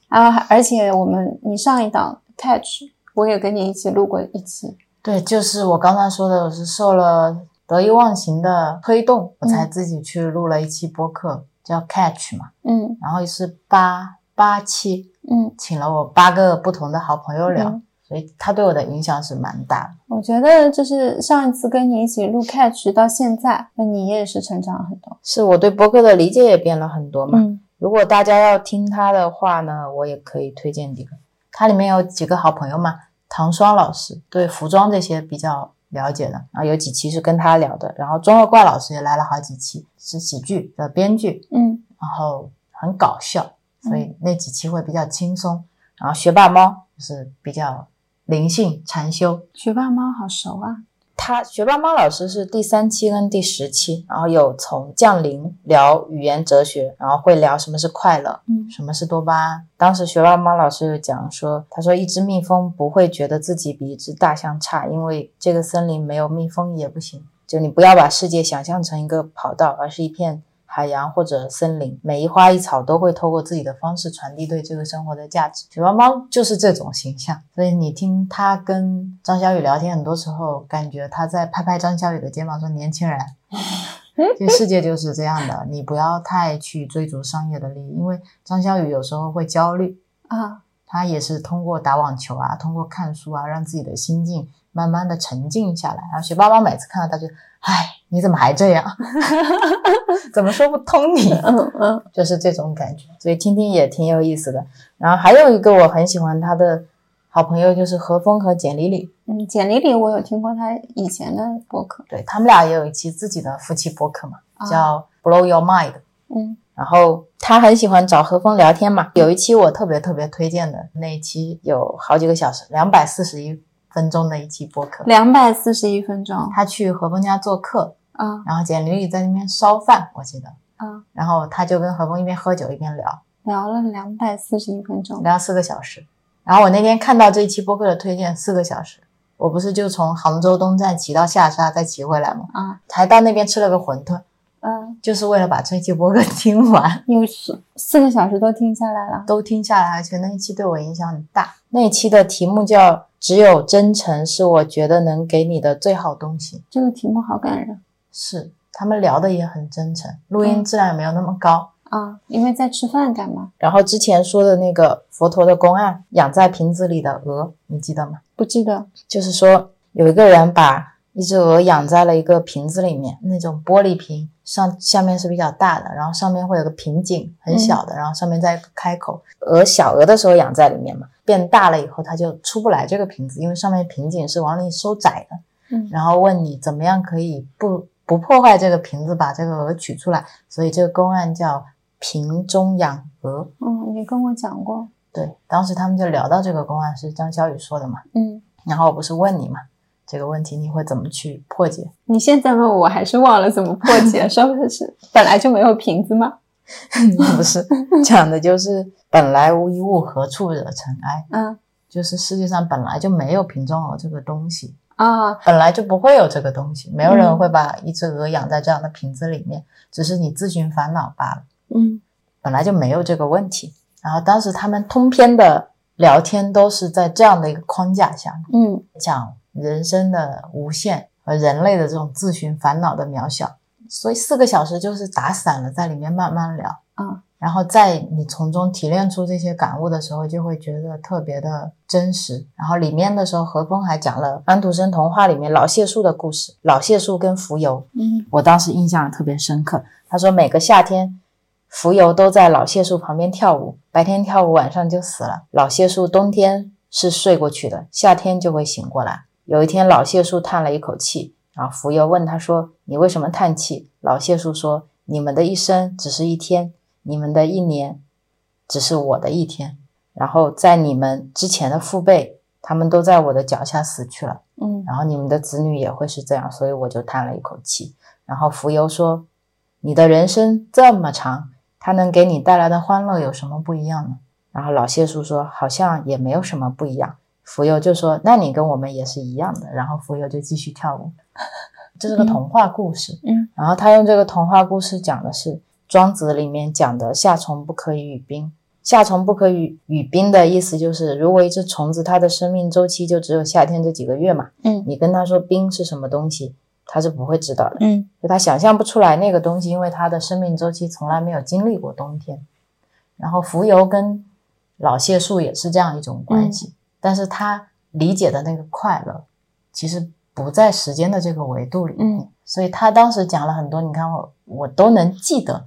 啊，而且我们你上一档 Catch，我也跟你一起录过一期。对，就是我刚才说的，我是受了得意忘形的推动，我才嗯自己去录了一期播客，叫 Catch 嘛，嗯然后是八八期，嗯，请了我八个不同的好朋友聊，嗯所以他对我的影响是蛮大的。我觉得就是上一次跟你一起录 catch 到现在，那你也是成长了很多。是我对播客的理解也变了很多嘛。嗯如果大家要听他的话呢，我也可以推荐几个。它里面有几个好朋友嘛，唐双老师对服装这些比较了解的，然后有几期是跟他聊的，然后钟二怪老师也来了好几期，是喜剧的编剧，嗯然后很搞笑，所以那几期会比较轻松。然后学霸猫就是比较灵性禅修，学霸猫好熟啊。他学霸猫老师是第三期跟第十期，然后有从降临聊语言哲学，然后会聊什么是快乐，嗯什么是多巴胺。当时学霸猫老师有讲说，他说一只蜜蜂不会觉得自己比一只大象差，因为这个森林没有蜜蜂也不行。就你不要把世界想象成一个跑道，而是一片海洋或者森林，每一花一草都会透过自己的方式传递对这个生活的价值。雪猫猫就是这种形象，所以你听他跟张小雨聊天，很多时候感觉他在拍拍张小雨的肩膀说：“年轻人，这世界就是这样的，你不要太去追逐商业的利益，因为张小雨有时候会焦虑，啊，他也是通过打网球啊，通过看书啊，让自己的心境慢慢的沉静下来。然后学爸爸每次看到他就，唉，你怎么还这样？ 怎么说不通你？ 嗯嗯就是这种感觉，所以听听也挺有意思的。然后还有一个我很喜欢他的，好朋友就是何峰和简丽丽，嗯，简历里我有听过他以前的播客，对他们俩也有一期自己的夫妻博客嘛，啊叫 Blow Your Mind。嗯然后他很喜欢找何峰聊天嘛，有一期我特别特别推荐的，那一期有好几个小时，两百四十一分钟的一期播客。两百四十一分钟他去何峰家做客，啊然后简丽丽在那边烧饭，我记得。啊，然后他就跟何峰一边喝酒一边聊，聊了两百四十一分钟，聊四个小时。然后我那天看到这一期播客的推荐，四个小时，我不是就从杭州东站骑到下沙，再骑回来吗？啊，还到那边吃了个馄饨，嗯，就是为了把这一期播客听完。有四四个小时都听下来了，都听下来，而且那一期对我影响很大。那一期的题目叫《只有真诚是我觉得能给你的最好东西》，这个题目好感人是他们聊的也很真诚，录音质量也没有那么高。啊，因为在吃饭干嘛？然后之前说的那个佛陀的公案，养在瓶子里的鹅，你记得吗？不记得，就是说有一个人把一只鹅养在了一个瓶子里面，那种玻璃瓶，上下面是比较大的，然后上面会有个瓶颈，很小的，然后上面再一个开口。鹅小鹅的时候养在里面嘛，变大了以后它就出不来这个瓶子，因为上面瓶颈是往里收窄的。嗯然后问你怎么样可以不不破坏这个瓶子，把这个鹅取出来，所以这个公案叫瓶中养鹅。嗯，你跟我讲过，对，当时他们就聊到这个公案是张小雨说的嘛。嗯，然后我不是问你嘛，这个问题你会怎么去破解？ 你现在问我，我还是忘了怎么破 解，说的是本来就没有瓶子吗？不是讲的就是本来无一物，何处惹尘埃？嗯就是世界上本来就没有瓶中鹅这个东西，啊，本来就不会有这个东西，没有人嗯会把一只鹅养在这样的瓶子里面，只是你自寻烦恼罢了，嗯本来就没有这个问题。然后当时他们通篇的聊天都是在这样的一个框架下，嗯讲人生的无限和人类的这种自寻烦恼的渺小，所以四个小时就是打散了，在里面慢慢聊啊，然后在你从中提炼出这些感悟的时候，就会觉得特别的真实。然后里面的时候，何峰还讲了安徒生童话里面老谢树的故事，老谢树跟蜉蝣，嗯我当时印象特别深刻。他说每个夏天，蜉蝣都在老谢树旁边跳舞，白天跳舞，晚上就死了。老谢树冬天是睡过去的，夏天就会醒过来。有一天，老谢树叹了一口气，然后蜉蝣问他说：“你为什么叹气？”老谢树说：“你们的一生只是一天，你们的一年只是我的一天。然后在你们之前的父辈，他们都在我的脚下死去了。”嗯然后你们的子女也会是这样，所以我就叹了一口气。然后蜉蝣说：“你的人生这么长，它能给你带来的欢乐有什么不一样呢？”然后老谢树说：“好像也没有什么不一样。”蜉蝣就说：“那你跟我们也是一样的。”然后蜉蝣就继续跳舞。这是个童话故事，嗯，然后他用这个童话故事讲的是《庄子》里面讲的“夏虫不可以语冰”。夏虫不可语语冰的意思就是，如果一只虫子它的生命周期就只有夏天这几个月嘛，嗯你跟他说冰是什么东西，他是不会知道的，嗯就他想象不出来那个东西，因为他的生命周期从来没有经历过冬天。然后蜉蝣跟老谢树也是这样一种关系，嗯但是他理解的那个快乐，其实不在时间的这个维度里面，嗯所以他当时讲了很多，你看我我都能记得，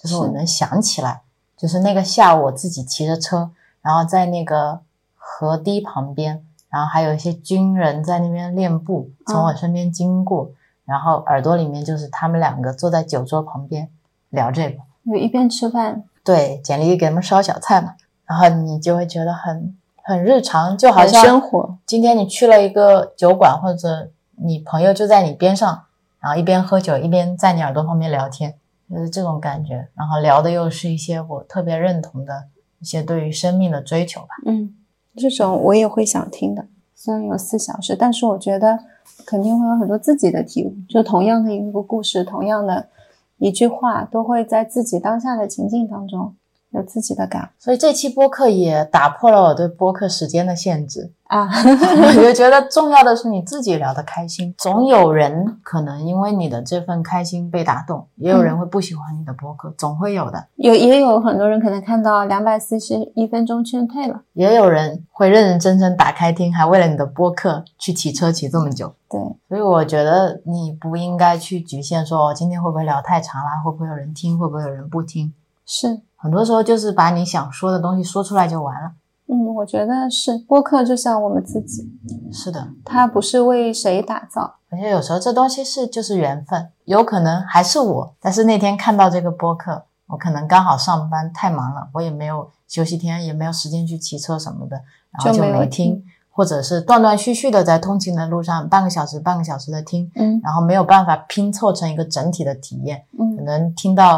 就是我是能想起来，就是那个下午我自己骑着车，然后在那个河堤旁边，然后还有一些军人在那边练步，从嗯我身边经过，然后耳朵里面就是他们两个坐在酒桌旁边聊这个，有一边吃饭，对，简历给他们烧小菜嘛，然后你就会觉得很很日常，就好很像生活，今天你去了一个酒馆，或者你朋友就在你边上，然后一边喝酒一边在你耳朵旁边聊天，就是这种感觉。然后聊的又是一些我特别认同的一些对于生命的追求吧。嗯，这种我也会想听的。虽然有四小时，但是我觉得肯定会有很多自己的体悟。就同样的一个故事，同样的一句话，都会在自己当下的情境当中有自己的感所以这期播客也打破了我对播客时间的限制。 悟啊。 我就觉得重要的是你自己聊得开心，总有人可能因为你的这份开心被打动，也有人会不喜欢你的播客，总会有的。有也有很多人可能看到两百四十一分钟劝退了，也有人会认认真真打开听，还为了你的播客去骑车骑这么久。对，所以我觉得你不应该去局限说，哦，今天会不会聊太长啦？会不会有人听？会不会有人不听？是，很多时候就是把你想说的东西说出来就完了。嗯，我觉得是播客就像我们自己，是的，它不是为谁打造。而且有时候这东西是就是缘分，有可能还是我，但是那天看到这个播客，我可能刚好上班太忙了，我也没有休息天，也没有时间去骑车什么的，然后就就没有没听听，或者是断断续续的在通勤的路上半个小时半个小时的听，嗯然后没有办法拼凑成一个整体的体验，可嗯，能听到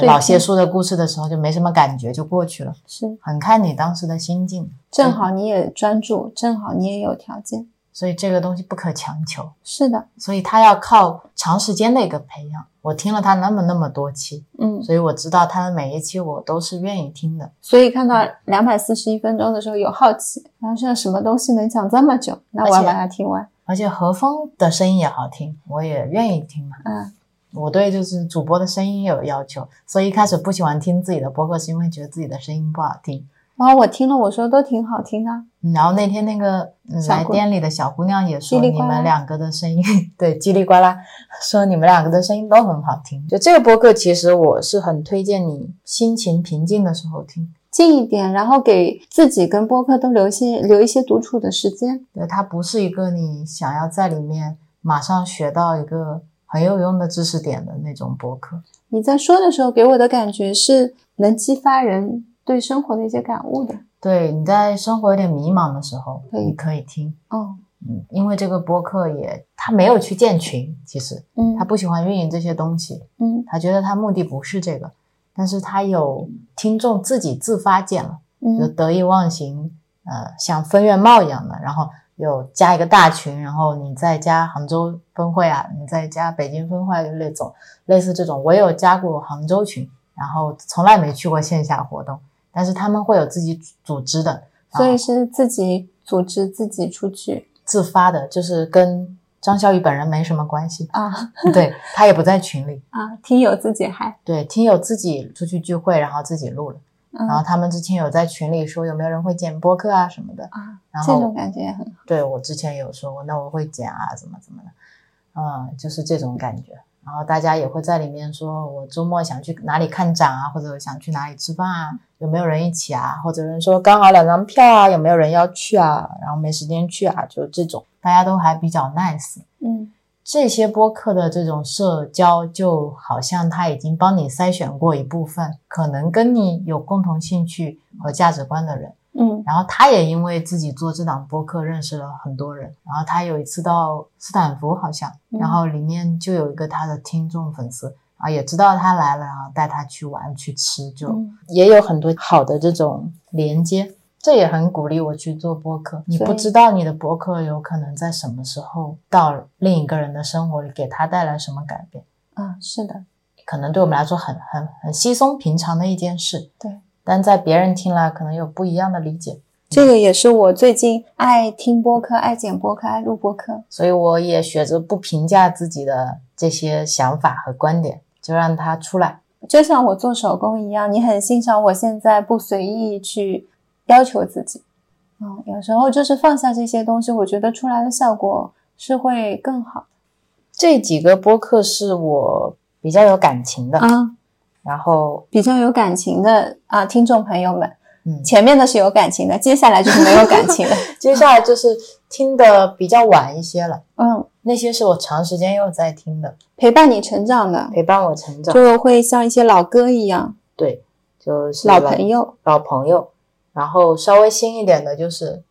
碎片老谢说的故事的时候就没什么感觉，就过去了，是很看你当时的心境，正好你也专注，正好你也有条件。所以这个东西不可强求。是的，所以他要靠长时间的一个培养。我听了他那么那么多期，嗯，所以我知道他的每一期我都是愿意听的。所以看到两百四十一分钟的时候有好奇，然后像什么东西能讲这么久？那我要而且把它听完。而且何峰的声音也好听，我也愿意听嘛。嗯，我对就是主播的声音也有要求，所以一开始不喜欢听自己的播客，是因为觉得自己的声音不好听。然后我听了，我说都挺好听啊。嗯然后那天那个、嗯小来姑店里的小姑娘也说，叽里呱你啦们两个的声音 对叽里呱啦，说你们两个的声音都很好听。就这个播客，其实我是很推荐你心情平静的时候听，近一点，然后给自己跟播客都留一些留一些独处的时间。对，它不是一个你想要在里面马上学到一个很有用的知识点的那种博客。你在说的时候，给我的感觉是能激发人对生活的一些感悟的。对，你在生活有点迷茫的时候，可以你可以听，哦，嗯，因为这个播客也他没有去建群，其实嗯，他不喜欢运营这些东西，嗯他觉得他目的不是这个，但是他有听众自己自发建了，就嗯得意忘形，呃，像分院帽一样的，然后有加一个大群，然后你再加杭州分会啊，你再加北京分会啊就那种类似这种，我也有加过杭州群，然后从来没去过线下活动，但是他们会有自己组织的，所以是自己组织自己出去，自发的，就是跟张小雨本人没什么关系 啊对他也不在群里，啊，听友自己嗨，对听友自己出去聚会，然后自己录了，嗯然后他们之前有在群里说有没有人会剪播客啊什么的，啊，然这后种感觉也很好。对我之前有说过，那我会剪啊，怎么怎么的，嗯，就是这种感觉。然后大家也会在里面说，我周末想去哪里看展啊，或者我想去哪里吃饭啊，有没有人一起啊？或者有人说刚好两张票啊，有没有人要去啊？然后没时间去啊，就这种，大家都还比较 nice。嗯这些播客的这种社交，就好像他已经帮你筛选过一部分，可能跟你有共同兴趣和价值观的人。嗯然后他也因为自己做这档播客认识了很多人。然后他有一次到斯坦福好像，嗯然后里面就有一个他的听众粉丝啊，也知道他来了，然后带他去玩去吃，就、嗯也有很多好的这种连接。这也很鼓励我去做播客。你所以不知道你的播客有可能在什么时候到另一个人的生活里，给他带来什么改变。啊，是嗯的，可能对我们来说很很很稀松平常的一件事，对。但在别人听来可能有不一样的理解。这个也是我最近爱听播客、爱剪播客、爱录播客。所以我也学着不评价自己的这些想法和观点，就让它出来。就像我做手工一样，你很欣赏我现在不随意去要求自己。嗯，有时候就是放下这些东西，我觉得出来的效果是会更好这几个播客是我比较有感情的，啊。然后比较有感情的啊，听众朋友们，嗯，前面的是有感情的，接下来就是没有感 情的。接下来就是听的比较晚一些了，嗯，那些是我长时间又在听的，陪伴你成长的，陪伴我成长。就会像一些老歌一样，对，就是老朋友。老朋友。然后稍微新一点的就是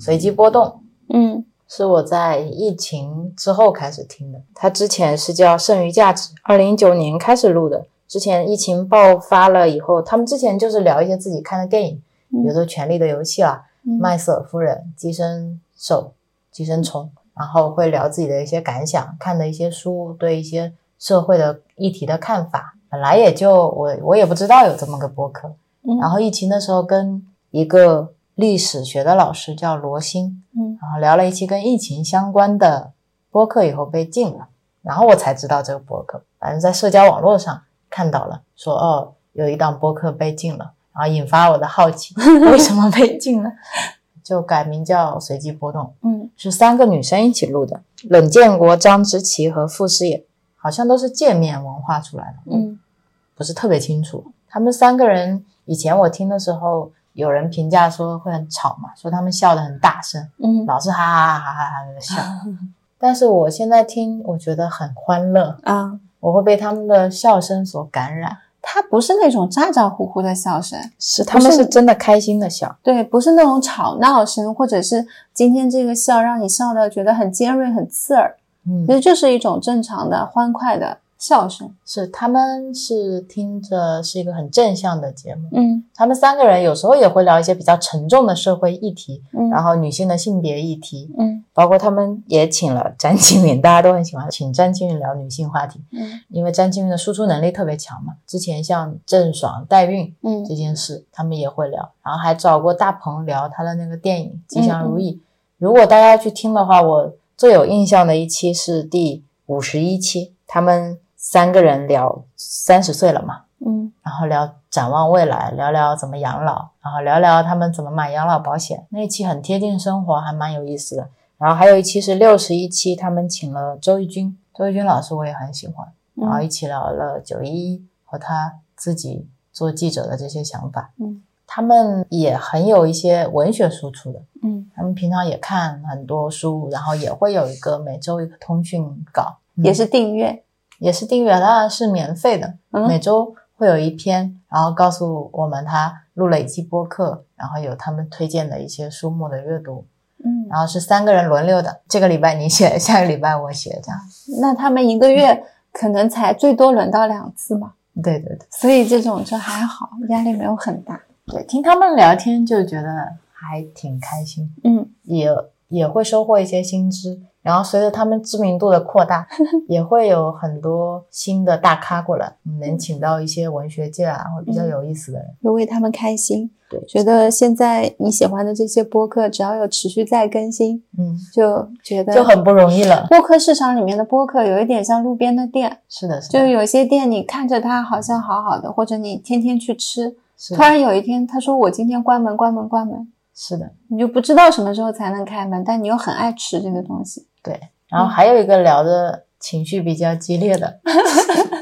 随机波动，嗯是我在疫情之后开始听的。它之前是叫《剩余价值》，二零一九年开始录的。之前疫情爆发了以后，他们之前就是聊一些自己看的电影，比如嗯说《权力的游戏》啦，嗯《麦瑟尔夫人》《寄生兽》《寄生虫》，然后会聊自己的一些感想，看的一些书，对一些社会的议题的看法。本来也就我我也不知道有这么个播客，嗯然后疫情的时候跟一个历史学的老师叫罗欣，嗯然后聊了一期跟疫情相关的播客以后被禁了，然后我才知道这个播客，反正在社交网络上看到了，说哦有一档播客被禁了，然后引发我的好奇，为什么被禁了？就改名叫随机波动，嗯是三个女生一起录的，冷建国、张之琪和傅诗野，好像都是界面文化出来的，嗯不是特别清楚。他们三个人以前我听的时候，有人评价说会很吵嘛，说他们笑得很大声，嗯老是哈哈哈哈哈的 笑。但是我现在听，我觉得很欢乐，啊，我会被他们的笑声所感染，它不是那种咋咋呼呼的笑声，是他们不是是真的开心的笑。对，不是那种吵闹声，或者是今天这个笑让你笑到觉得很尖锐、很刺耳，嗯其，实就是一种正常的、欢快的笑声。是他们是听着是一个很正向的节目，嗯他们三个人有时候也会聊一些比较沉重的社会议题，嗯然后女性的性别议题，嗯包括他们也请了詹青云，大家都很喜欢请詹青云聊女性话题，嗯因为詹青云的输出能力特别强嘛。之前像郑爽代孕这嗯件事，他们也会聊，然后还找过大鹏聊他的那个电影《吉祥如意》。如果大家去听的话，我最有印象的一期是第五十一期，他们三个人聊三十岁了嘛，嗯然后聊展望未来，聊聊怎么养老，然后聊聊他们怎么买养老保险。那一期很贴近生活，还蛮有意思的。然后还有一期是六十一期，他们请了周轶君，周轶君老师我也很喜欢，然嗯后一起聊了九一一和他自己做记者的这些想法。嗯，他们也很有一些文学输出的，嗯，他们平常也看很多书，然后也会有一个每周一个通讯稿，嗯也是订阅。也是订阅，当然是免费的。每嗯周会有一篇，然后告诉我们他录了一期播客，然后有他们推荐的一些书目的阅读，嗯，然后是三个人轮流的，这个礼拜你写，下个礼拜我写，这样。那他们一个月可能才最多轮到两次嘛，对对对，所以这种就还好，压力没有很大。对，听他们聊天就觉得还挺开心，嗯也也会收获一些新知。然后随着他们知名度的扩 大，也会有很多新的大咖过来，能请到一些文学界啊，或者比较有意思的人。就为他们开心。对觉得现在你喜欢的这些播客，只要有持续在更新，嗯，就觉得就很不容易了。播客市场里面的播客有一点像路边的店，是的，是就的，有些店你看着它好像好好的，或者你天天去吃，是突的然有一天他说我今天关门关门关门，是的。你就不知道什么时候才能开门，但你又很爱吃这个东西。对，然后还有一个聊的情绪比较激 烈的，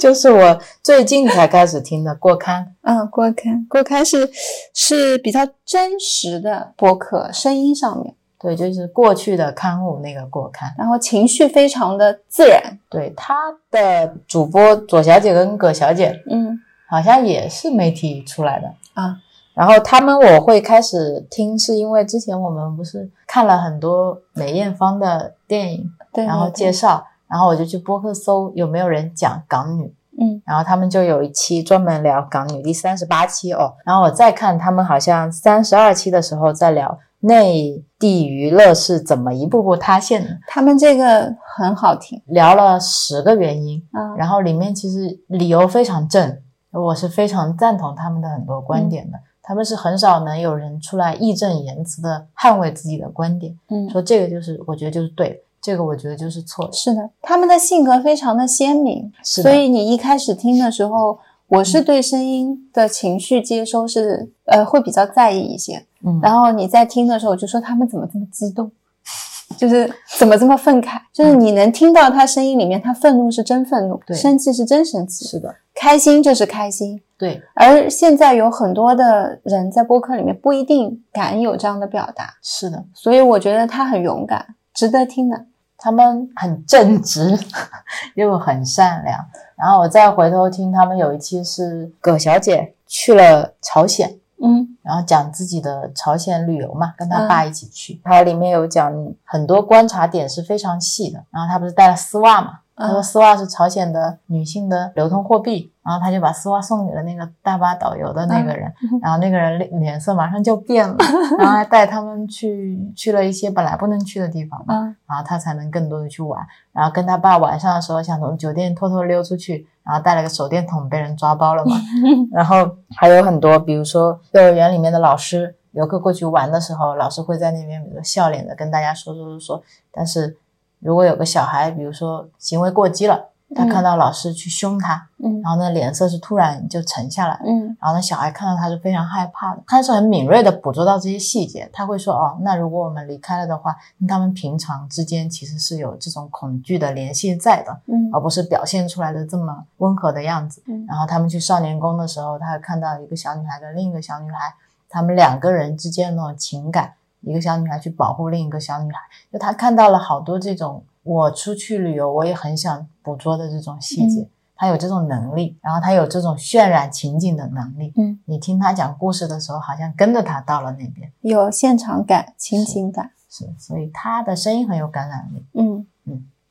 就是我最近才开始听的过刊，嗯，郭刊郭刊是是比较真实的播客，声音上面，对，就是过去的刊物那个过刊，然后情绪非常的自然。对，他的主播左小姐跟葛小姐嗯好像也是媒体出来的啊。然后他们我会开始听，是因为之前我们不是看了很多梅艳芳的电影，对，然后对介绍，然后我就去播客搜有没有人讲港女，嗯然后他们就有一期专门聊港女，第三十八期哦。然后我再看他们好像三十二期的时候在聊内地娱乐是怎么一步步塌陷的，他们这个很好听聊了十个原因，啊，然后里面其实理由非常正，我是非常赞同他们的很多观点的。他们是很少能有人出来义正言辞的捍卫自己的观点，嗯，说这个就是我觉得就是对的，这个我觉得就是错的。是的，他们的性格非常的鲜明，是的嗯所以你一开始听的时候，我是对声音的情绪接收是呃会比较在意一些，嗯，然后你在听的时候，我就说他们怎么这么激动， 就是怎么这么愤慨，就是你能听到他声音里面，他愤怒是真愤怒，嗯对生气是真生气，是的，开心就是开心。对，而现在有很多的人在播客里面不一定敢有这样的表达，是的。所以我觉得他很勇敢，值得听的。他们很正直， 又很善良。然后我再回头听他们有一期是葛小姐去了朝鲜，嗯然后讲自己的朝鲜旅游嘛，跟她爸一起去。它里面有讲很多观察点是非常细的。然后她不是带了丝袜嘛？她说嗯丝袜是朝鲜的女性的流通货币，然后她就把丝袜送给了那个大巴导游的那个人，嗯 然后那个人脸脸色马上就变 了，然后还带他们去去了一些本来不能去的地方嘛。啊然后他才能更多的去玩。然后跟他爸晚上的时候想从酒店偷偷溜出去，然后带了个手电筒被人抓包了嘛。然后还有很多，比如说幼儿园里面的老师，游客过去玩的时候，老师会在那边比如说笑脸的跟大家说说说说，但是如果有个小孩，比如说行为过激了，他嗯看到老师去凶他，嗯然后那脸色是突然就沉下来了。嗯然后呢，小孩看到他是非常害怕的，他是很敏锐的捕捉到这些细节，他会说哦，那如果我们离开了的话，那他们平常之间其实是有这种恐惧的联系在的，嗯而不是表现出来的这么温和的样子。嗯然后他们去少年宫的时候，他看到一个小女孩跟另一个小女孩，他们两个人之间的那种情感，一个小女孩去保护另一个小女孩，就她看到了好多这种我出去旅游我也很想捕捉的这种细节，嗯她有这种能力，然后她有这种渲染情景的能力。嗯，你听她讲故事的时候，好像跟着她到了那边，有现场感、亲情感。是，所以她的声音很有感染力。嗯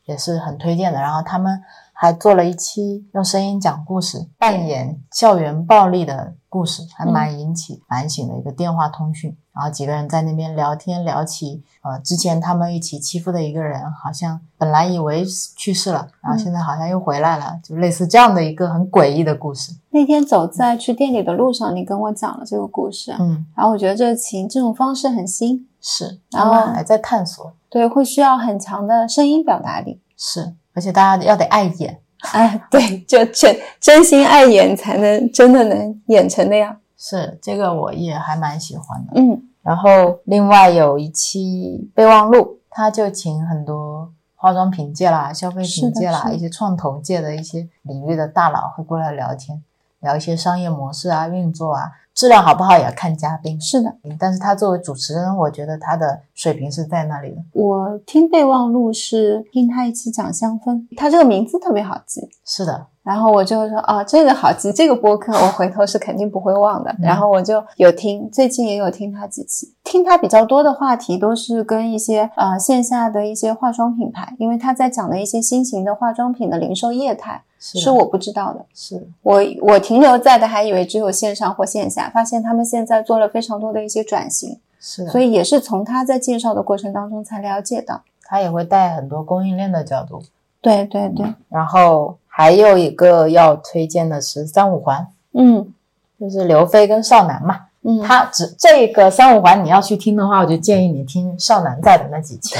也是很推荐的。然后他们还做了一期用声音讲故事，扮演校园暴力的故事，还蛮引起反省的一个电话通讯。然后几个人在那边聊天，聊起呃之前他们一起欺负的一个人，好像本来以为去世了，然后现在好像又回来了，就类似这样的一个很诡异的故事。那天走在去店里的路上，你跟我讲了这个故事，啊嗯，然后我觉得这个情这种方式很新，是，然他后们还在探索，对，会需要很强的声音表达力。是，而且大家要得碍眼。哎，对，就真真心爱演才能真的能演成那样。是，这个我也还蛮喜欢的。嗯然后另外有一期备忘录，他就请很多化妆品界啦、消费品界是的啦、是的一些创投界的一些领域的大佬会过来聊天，聊一些商业模式啊、运作啊，质量好不好也要看嘉宾。是的，但是他作为主持人，我觉得他的水平是在那里的。我听备忘录是听他一起讲香氛，他这个名字特别好记，是的，然后我就说啊，这个好记，这个播客我回头是肯定不会忘嗯的。然后我就有听，最近也有听他几期，听他比较多的话题都是跟一些呃线下的一些化妆品牌，因为他在讲的一些新型的化妆品的零售业态是是的，我不知道的。是的，我我停留在的还以为只有线上或线下，发现他们现在做了非常多的一些转型，是的，所以以也是从他在介绍的过程当中才了解到。他也会带很多供应链的角度。对对对，然后还有一个要推荐的是三五环，嗯就是刘飞跟少南嘛。嗯，他只这个三五环你要去听的话，我就建议你听少南在的那几 期，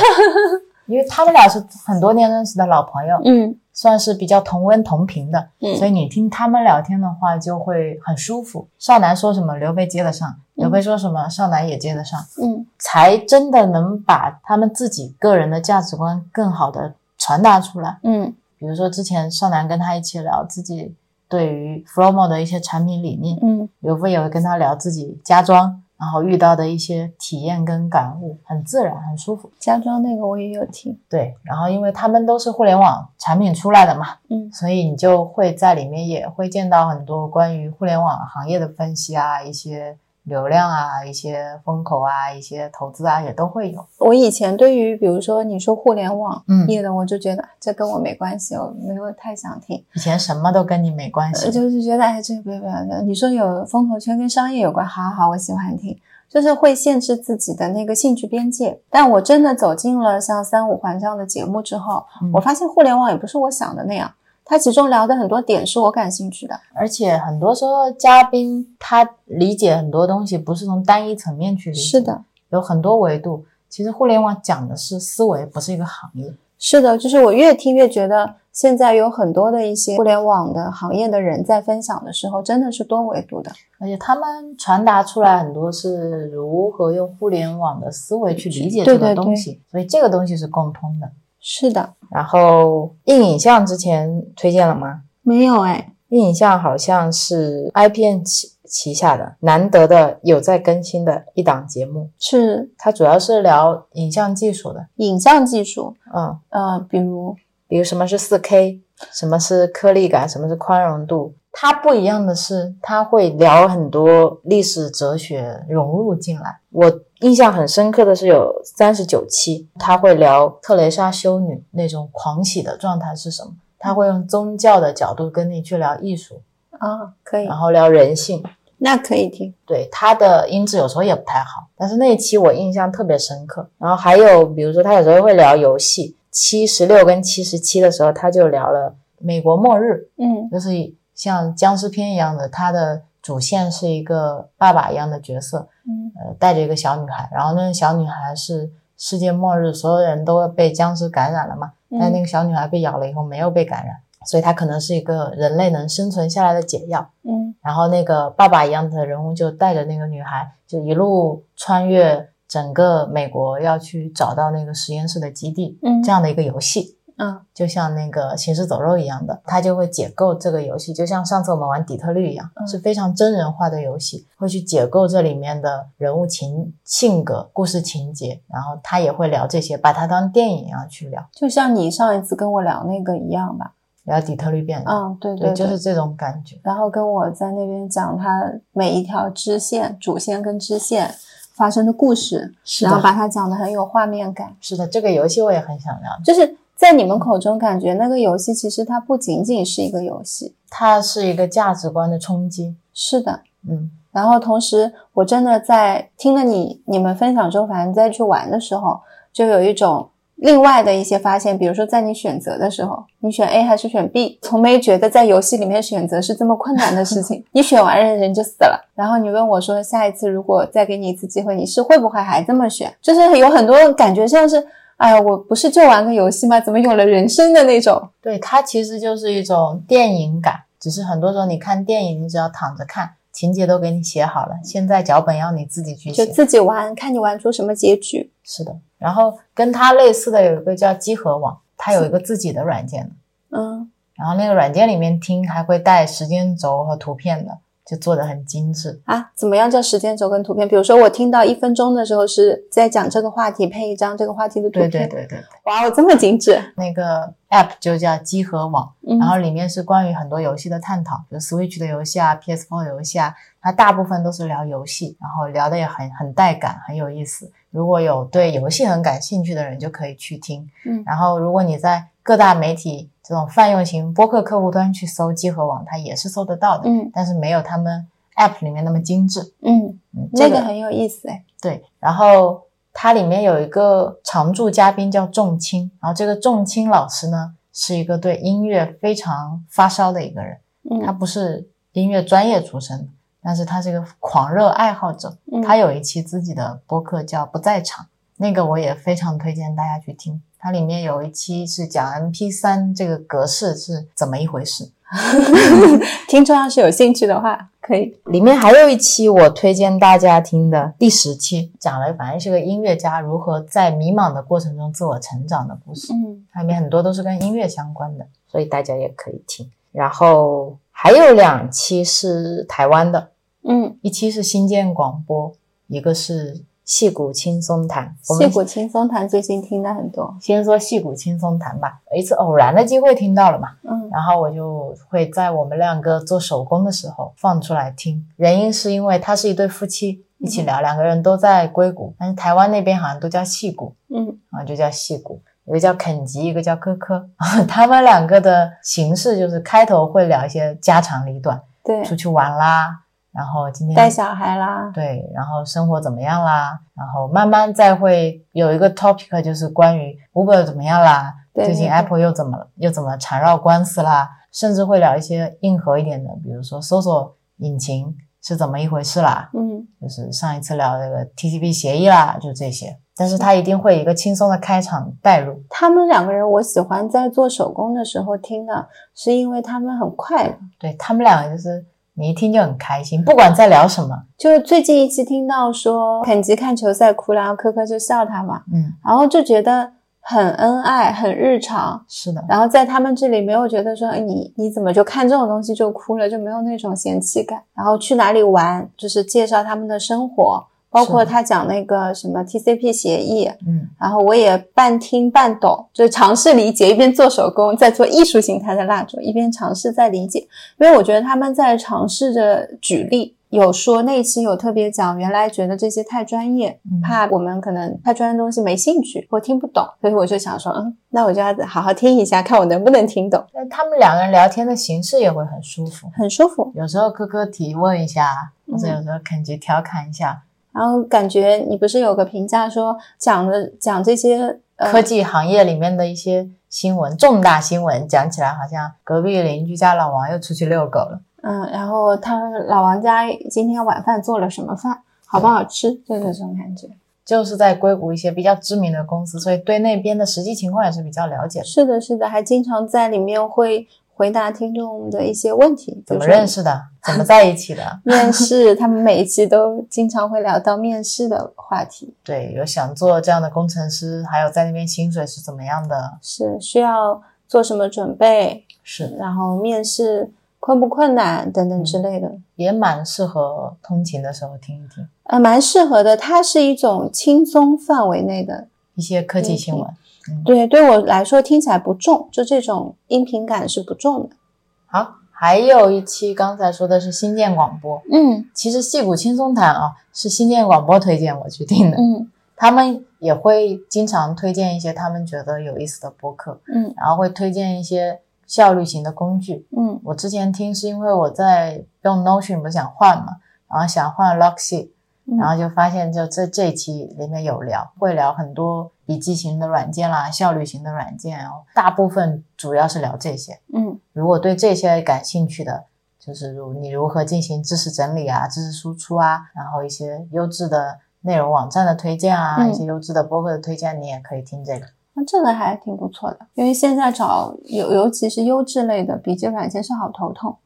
因为他们俩是很多年认识的老朋友，嗯算是比较同温同频的，嗯，所以你听他们聊天的话就会很舒服。少南说什么，刘备接得上；刘备说什么，少南也接得上，嗯才真的能把他们自己个人的价值观更好的传达出来。嗯比如说之前少南跟他一起聊自己对于 Flomo 的一些产品理念，嗯刘飞也会跟他聊自己家装，然后遇到的一些体验跟感悟，很自然，很舒服。家装那个我也有听。对，然后因为他们都是互联网产品出来的嘛，嗯所以你就会在里面也会见到很多关于互联网行业的分析啊，一些流量啊，一些风口啊，一些投资啊，也都会有。我以前对于比如说你说互联网嗯业的，我就觉得啊这跟我没关系，我没有太想听，以前什么都跟你没关呃系，就是觉得哎，这个不要不要不要。你说有风投圈跟商业有关，好好，我喜欢听，就是会限制自己的那个兴趣边界。但我真的走进了像三五环这样的节目之后，嗯我发现互联网也不是我想的那样，它其中聊的很多点是我感兴趣的。而且很多时候嘉宾他理解很多东西不是从单一层面去理解，是的，有很多维度。其实互联网讲的是思维，不是一个行业。是的，就是我越听越觉得，现在有很多的一些互联网的行业的人在分享的时候，真的是多维度的。而且他们传达出来很多是如何用互联网的思维去理解这对对个东西，所以这个东西是共通的。是的，然后硬影像之前推荐了吗？没有哎，硬影像好像是 IPN 旗旗下的难得的有在更新的一档节目，是它主要是聊影像技术的，影像技术，嗯，呃，比如，比如什么是四 K，什么是颗粒感，什么是宽容度。它不一样的是，它会聊很多历史哲学融入进来。我印象很深刻的是有三十九期，他会聊特蕾莎修女那种狂喜的状态是什么。他会用宗教的角度跟你去聊艺术，啊，可以然，后聊人性。那可以听，对他的音质有时候也不太好，但是那一期我印象特别深刻。然后还有比如说他有时候会聊游戏，七十六跟七十七的时候他就聊了美国末日，嗯就是像僵尸片一样的，他的主线是一个爸爸一样的角色，嗯呃，带着一个小女孩，然后那个小女孩是世界末日，所有人都会被僵尸感染了嘛，但那嗯个小女孩被咬了以后没有被感染，所以她可能是一个人类能生存下来的解药。嗯然后那个爸爸一样的人物就带着那个女孩，就一路穿越整个美国，要去找到那个实验室的基地，嗯，这样的一个游戏。嗯就像那个行尸走肉一样的，它就会解构这个游戏，就像上次我们玩底特律一样，嗯是非常真人化的游戏，会去解构这里面的人物情、性格、故事情节，然后他也会聊这些，把它当电影一样去聊，就像你上一次跟我聊那个一样吧。聊底特律变人，嗯，对对，对，就是这种感觉。然后跟我在那边讲他每一条支线、主线跟支线发生的故事，是然后的，把它讲得很有画面感。是的，这个游戏我也很想聊，就是在你们口中，感觉那个游戏其实它不仅仅是一个游戏，它是一个价值观的冲击，是的。嗯。然后同时，我真的在听了你你们分享之后，反正再去玩的时候，就有一种另外的一些发现。比如说，在你选择的时候，你选 A 还是选 B，从没觉得在游戏里面选择是这么困难的事情。 你选完人人就死了，然后你问我说，下一次如果再给你一次机会，你是会不会还这么选？就是有很多感觉像是，哎呀，我不是就玩个游戏吗？怎么有了人生的那种？对，它其实就是一种电影感，只是很多时候你看电影，你只要躺着看，情节都给你写好了，现在脚本要你自己去就写。自己玩，看你玩出什么结局。是的，然后跟它类似的有一个叫集合网，它有一个自己的软件，嗯，然后那个软件里面听还会带时间轴和图片的，就做的很精致。啊，怎么样叫时间轴跟图片？比如说，我听到一分钟的时候是在讲这个话题，配一张这个话题的图对片。对对对，哇，我这么精致。那个 app 就叫集合网。嗯然后里面是关于很多游戏的探讨，比如 Switch 的游戏啊、PS4 的游戏啊，它大部分都是聊游戏，然后聊的也很很带感，很有意思。如果有对游戏很感兴趣的人，就可以去听。嗯然后如果你在各大媒体这种泛用型播客客户端去搜集合网，它也是搜得到的，嗯但是没有他们 App 里面那么精致。嗯，嗯，那个很有意思哎。对，然后它里面有一个常驻嘉宾叫仲青，然后这个仲青老师呢是一个对音乐非常发烧的一个人，他嗯，不是音乐专业出身的，但是他是个狂热爱好者。嗯他有一期自己的播客叫《不在场》，那个我也非常推荐大家去听。它里面有一期是讲 MP 3这个格式是怎么一回事， 听众要是有兴趣的话，可以。里面还有一期我推荐大家听的第十期，讲了反正是个音乐家如何在迷茫的过程中自我成长的故事，嗯它里面很多都是跟音乐相关的，所以大家也可以听。然后还有两期是台湾的，嗯，一期是新建广播，一个是戏骨轻松谈。我戏们骨轻松谈最近听的很多。先说戏骨轻松谈吧，有一次偶然的机会听到了嘛，嗯然后我就会在我们两个做手工的时候放出来听。原因是因为他是一对夫妻一起嗯聊，两个人都在硅谷，但是台湾那边好像都叫戏骨，嗯然后就叫戏骨，一个叫肯吉，一个叫科科。 他们两个的形式就是开头会聊一些家长里短，对，出去玩啦，然后今天带小孩啦。对，然后生活怎么样啦？然后慢慢再会有一个 topic 就是关于 Uber 怎么样啦，对最近对对 Apple 又怎么了，又怎么缠绕官司啦，甚至会聊一些硬核一点的，比如说搜索引擎是怎么一回事啦，嗯就是上一次聊那个 TCP 协议啦，就这些。但是它一定会有一个轻松的开场带入，他们两个人，我喜欢在做手工的时候听的，是因为他们很快乐。对他们两个就是你一听就很开心，不管在聊什么，就是最近一期听到说肯吉看球赛哭了，然后科科就笑他嘛，嗯，然后就觉得很恩爱，很日常。是的，然后在他们这里没有觉得说哎你你怎么就看这种东西就哭了，就没有那种嫌弃感。然后去哪里玩，就是介绍他们的生活，包括是的他讲那个什么 TCP 协议，嗯。然后我也半听半懂，就尝试理解，一边做手工，在做艺术形态的蜡烛，一边尝试在理解。因为我觉得他们在尝试着举例，有说那一期有特别讲，原来觉得这些太专业，嗯怕我们可能太专业的东西没兴趣或听不懂，所以我就想说，嗯，那我就要好好听一下，看我能不能听懂，那他们两个人聊天的形式也会很舒服，很舒服。有时候科科提问一下，或者嗯有时候肯吉调侃一下，然后感觉你不是有个评价说讲的讲这些呃科技行业里面的一些新闻，重大新闻讲起来好像隔壁邻居家老王又出去遛狗了，嗯，然后他老王家今天晚饭做了什么饭，好不好吃，就这种感觉。就是在硅谷一些比较知名的公司，所以对那边的实际情况也是比较了解的。是的，是的，还经常在里面会回答听众的一些问题，？怎么认识的， 怎么在一起的面试，他们每一期都经常会聊到面试的话题，对，有想做这样的工程师，还有在那边薪水是怎么样的？是需要做什么准备，是然后面试困不困难等等之类的。也蛮适合通勤的时候听一听呃，蛮适合的。它是一种轻松范围内的，一些科技新闻。对对我来说听起来不重，就这种音频感是不重的。好，还有一期刚才说的是新建广播，嗯其实戏骨轻松谈啊是新建广播推荐我去听的，嗯他们也会经常推荐一些他们觉得有意思的播客，嗯然后会推荐一些效率型的工具。嗯我之前听是因为我在用 Notion 不是想换嘛，然后想换 Luxy，嗯，然后就发现就这这一期里面有聊，会聊很多笔记型的软件啦、效率型的软件，然后大部分主要是聊这些。嗯如果对这些感兴趣的，就是如你如何进行知识整理啊、知识输出啊，然后一些优质的内容网站的推荐啊，嗯一些优质的播客的推荐，你也可以听这个。那这个还挺不错的，因为现在找尤尤其是优质类的笔记软件是好头痛，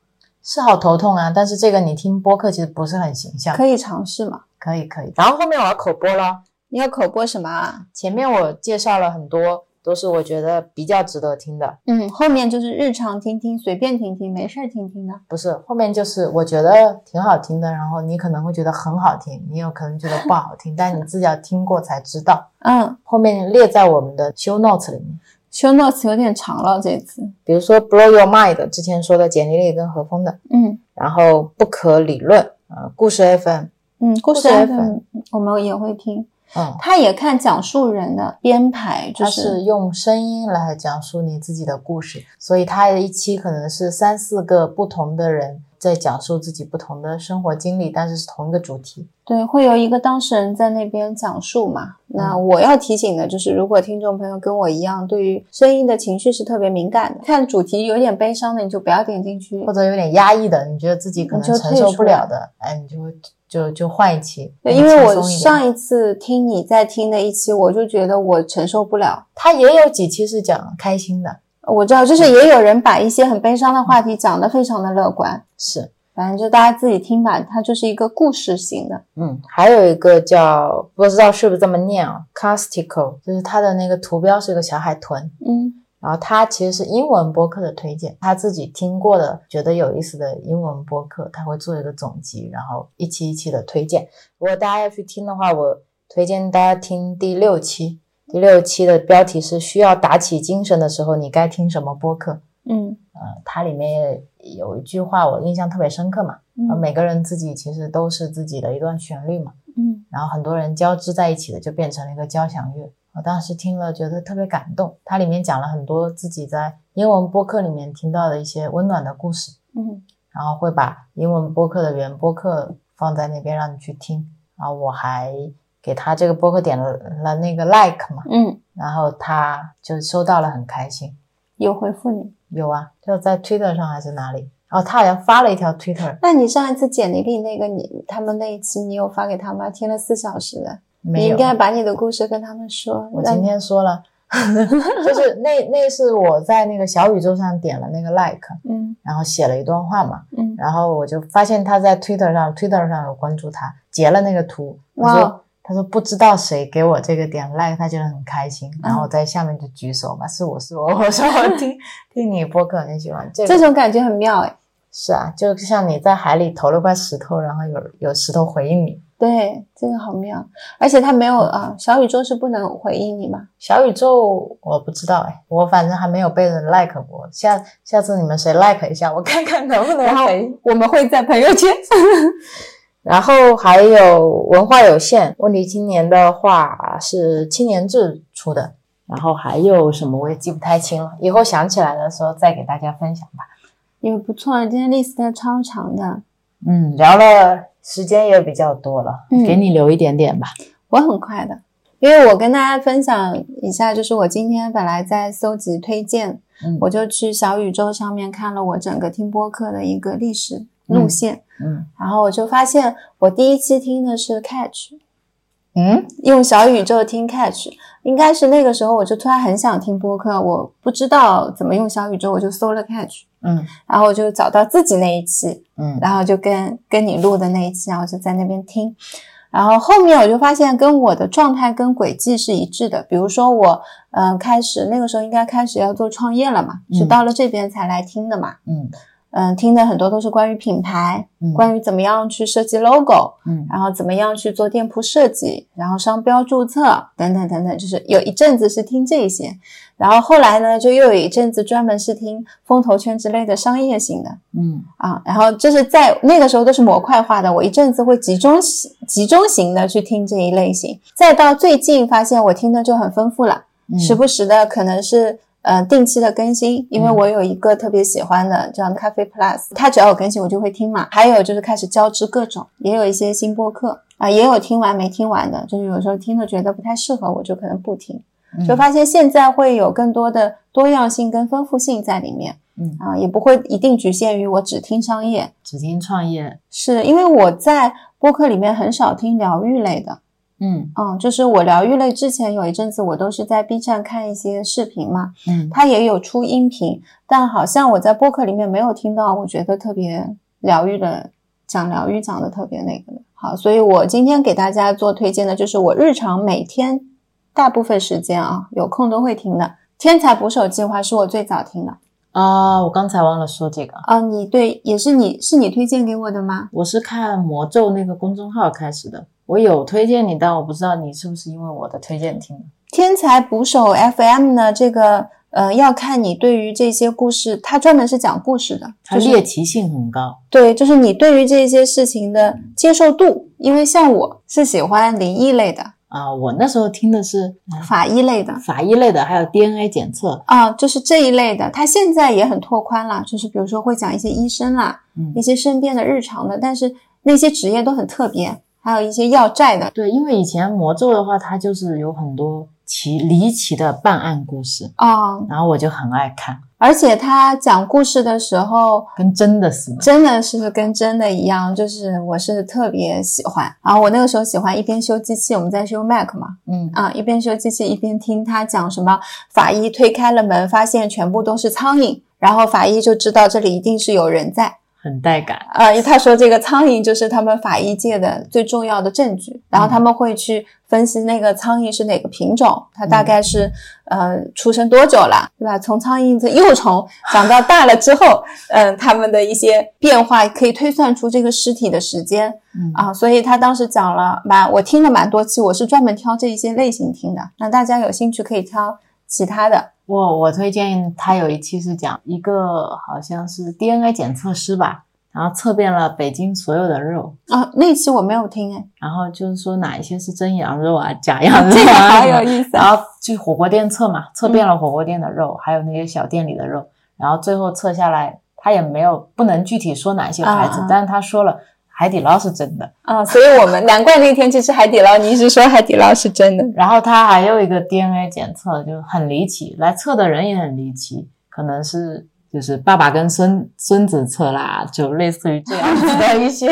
是好头痛啊，但是这个你听播客其实不是很形象。可以尝试嘛。可以可以。然后后面我要口播了，你要口播什么啊？前面我介绍了很多都是我觉得比较值得听的，嗯，后面就是日常听听，随便听听，没事儿听听的。不是后面就是我觉得挺好听的，然后你可能会觉得很好听，你有可能觉得不好听，但你自己要听过才知道。嗯后面列在我们的 show notes 里面， ，show notes 有点长了这次。比如说 blow your mind 之前说的简历里跟何峰的，嗯然后不可理论，呃，故事 FM，嗯，故事故事 FM 我们也会听。嗯。他也看讲述人的编排，就它是是用声音来讲述你自己的故事，所以它的一期可能是三四个不同的人在讲述自己不同的生活经历，但是是同一个主题。对，会有一个当事人在那边讲述嘛。嗯那我要提醒的就是，如果听众朋友跟我一样，对于声音的情绪是特别敏感的，看主题有点悲伤的，你就不要点进去或。者有点压抑的，你觉得自己可能承受不了的，哎，你就会就就换一期。对，因为我轻松一点上一次听你在听的一期，我就觉得我承受不了。他也有几期是讲开心的，我知道，就是嗯也有人把一些很悲伤的话题讲得非常的乐观，是，反正就大家自己听吧。它就是一个故事型的，嗯，还有一个叫不知道是不是这么念啊，Castico，就是它的那个图标是一个小海豚，嗯然后他其实是英文播客的推荐，他自己听过的觉得有意思的英文播客，他会做一个总集，然后一期一期的推荐。如果大家要去听的话，我推荐大家听第六期。第六期的标题是“需要打起精神的时候，你该听什么播客嗯”。呃，它里面也有一句话我印象特别深刻嘛，呃嗯每个人自己其实都是自己的一段旋律嘛。嗯然后很多人交织在一起的，就变成了一个交响乐。我当时听了觉得特别感动，它里面讲了很多自己在英文播客里面听到的一些温暖的故事，嗯然后会把英文播客的原播客放在那边让你去听。然后我还给他这个播客点了了那个 like 嘛，嗯，然后他就收到了，很开心。有回复你。有啊，就在 Twitter 上还是哪里，然后他好像发了一条 Twitter，那你上一次简历里那个你他们那一期，你有发给他吗？听了四小时的，你没有。应该把你的故事跟他们说。我让今天说了， 就是那那是我在那个小宇宙上点了那个 like，嗯然后写了一段话嘛，嗯然后我就发现他在 Twitter 上，Twitter 上有关注他，截了那个图，他哇哦说他说不知道谁给我这个点 like，他觉得很开心，然后我在下面就举手嘛，是我是我，我说我听听你播客很喜欢这这个。种感觉很妙哎。是啊，就像你在海里投了块石头，然后有有石头回应你。对，这个好妙，而且他没有啊、小宇宙是不能回应你嘛？小宇宙我不知道哎，我反正还没有被人 like 过。下下次你们谁 like 一下，我看看能不能回。我们会在朋友圈。然后还有文化有限，问题青年的话是青年志出的。然后还有什么我也记不太清了，以后想起来的时候再给大家分享吧。也不错，啊今天 list 超长的，嗯，聊了时间也比较多了，嗯给你留一点点吧。我很快的，因为我跟大家分享一下，就是我今天本来在搜集推荐，嗯我就去小宇宙上面看了我整个听播客的一个历史路线。嗯然后我就发现，我第一期听的是 Catch，嗯，用小宇宙听 Catch，应该是那个时候我就突然很想听播客，我不知道怎么用小宇宙，我就搜了 Catch，嗯然后我就找到自己那一期，嗯然后就跟跟你录的那一期，然后就在那边听。然后后面我就发现跟我的状态跟轨迹是一致的，比如说我，嗯、开始那个时候应该开始要做创业了嘛，嗯是到了这边才来听的嘛，嗯嗯、听的很多都是关于品牌，嗯关于怎么样去设计 logo，嗯然后怎么样去做店铺设计，然后商标注册等等等等，就是有一阵子是听这些，然后后来呢，就又有一阵子专门是听风投圈之类的商业型的，嗯啊，然后就是在那个时候都是模块化的，我一阵子会集中集中型的去听这一类型，再到最近发现我听的就很丰富了，嗯时不时的可能是呃定期的更新，因为嗯我有一个特别喜欢的这样咖啡 Plus，它只要有更新我就会听嘛，还有就是开始交织各种，也有一些新播客。啊，也有听完没听完的，就是有时候听了觉得不太适合，我就可能不听。就嗯发现现在会有更多的多样性跟丰富性在里面。嗯啊，也不会一定局限于我只听商业，只听创业，是因为我在播客里面很少听疗愈类的。嗯嗯，就是我疗愈类之前有一阵子，我都是在 B 站看一些视频嘛，嗯它也有出音频，但好像我在播客里面没有听到，我觉得特别疗愈的讲疗愈讲的特别那个的。好，所以我今天给大家做推荐的就是我日常每天大部分时间啊有空都会听的《天才捕手计划》是我最早听的。啊，我刚才忘了说这个，啊，你对，也是你是你推荐给我的吗？我是看魔咒那个公众号开始的，我有推荐你，但我不知道你是不是因为我的推荐听的。天才捕手 FM 呢？这个呃，要看你对于这些故事，它专门是讲故事的，它就是猎奇性很高，对，就是你对于这些事情的接受度，因为像我是喜欢灵异类的、啊、我那时候听的是法医类的法医类的，还有 DNA 检测，啊，就是这一类的，它现在也很拓宽啦，就是比如说会讲一些医生啦，嗯一些身边的日常的，但是那些职业都很特别，还有一些要债的对，因为以前魔咒的话，它就是有很多奇离奇的办案故事，啊，然后我就很爱看，而且他讲故事的时候。跟真的似的。真的是跟真的一样，就是我是特别喜欢。然后我那个时候喜欢一边修机器，我们在修 Mac 嘛，嗯啊，一边修机器一边听他讲什么法医推开了门，发现全部都是苍蝇，然后法医就知道这里一定是有人在。很带感。啊，因为他说这个苍蝇就是他们法医界的最重要的证据，然后他们会去分析那个苍蝇是哪个品种，它大概是、呃出生多久了，对吧？从苍蝇的幼虫长到大了之后，嗯、它们的一些变化可以推算出这个尸体的时间嗯啊，所以他当时讲了蛮，我听了蛮多期，我是专门挑这一些类型听的，那大家有兴趣可以挑其他的，我我推荐他有一期是讲一个好像是 DNA 检测师吧，然后测遍了北京所有的肉，啊，那期我没有听 哎， 然后就是说哪一些是真羊肉啊、 假羊肉啊，这个好有意思啊，然后去火锅店测嘛，测遍了火锅店的嗯肉，还有那些小店里的肉，然后最后测下来，他也没有不能具体说哪些牌子，啊啊但是他说了海底捞是真的，啊，所以我们难怪那天去吃海底捞，你一直说海底捞是真的。然后他还有一个 DNA 检测，就很离奇，来测的人也很离奇，可能是就是爸爸跟孙孙子测啦，就类似于这样子的一些，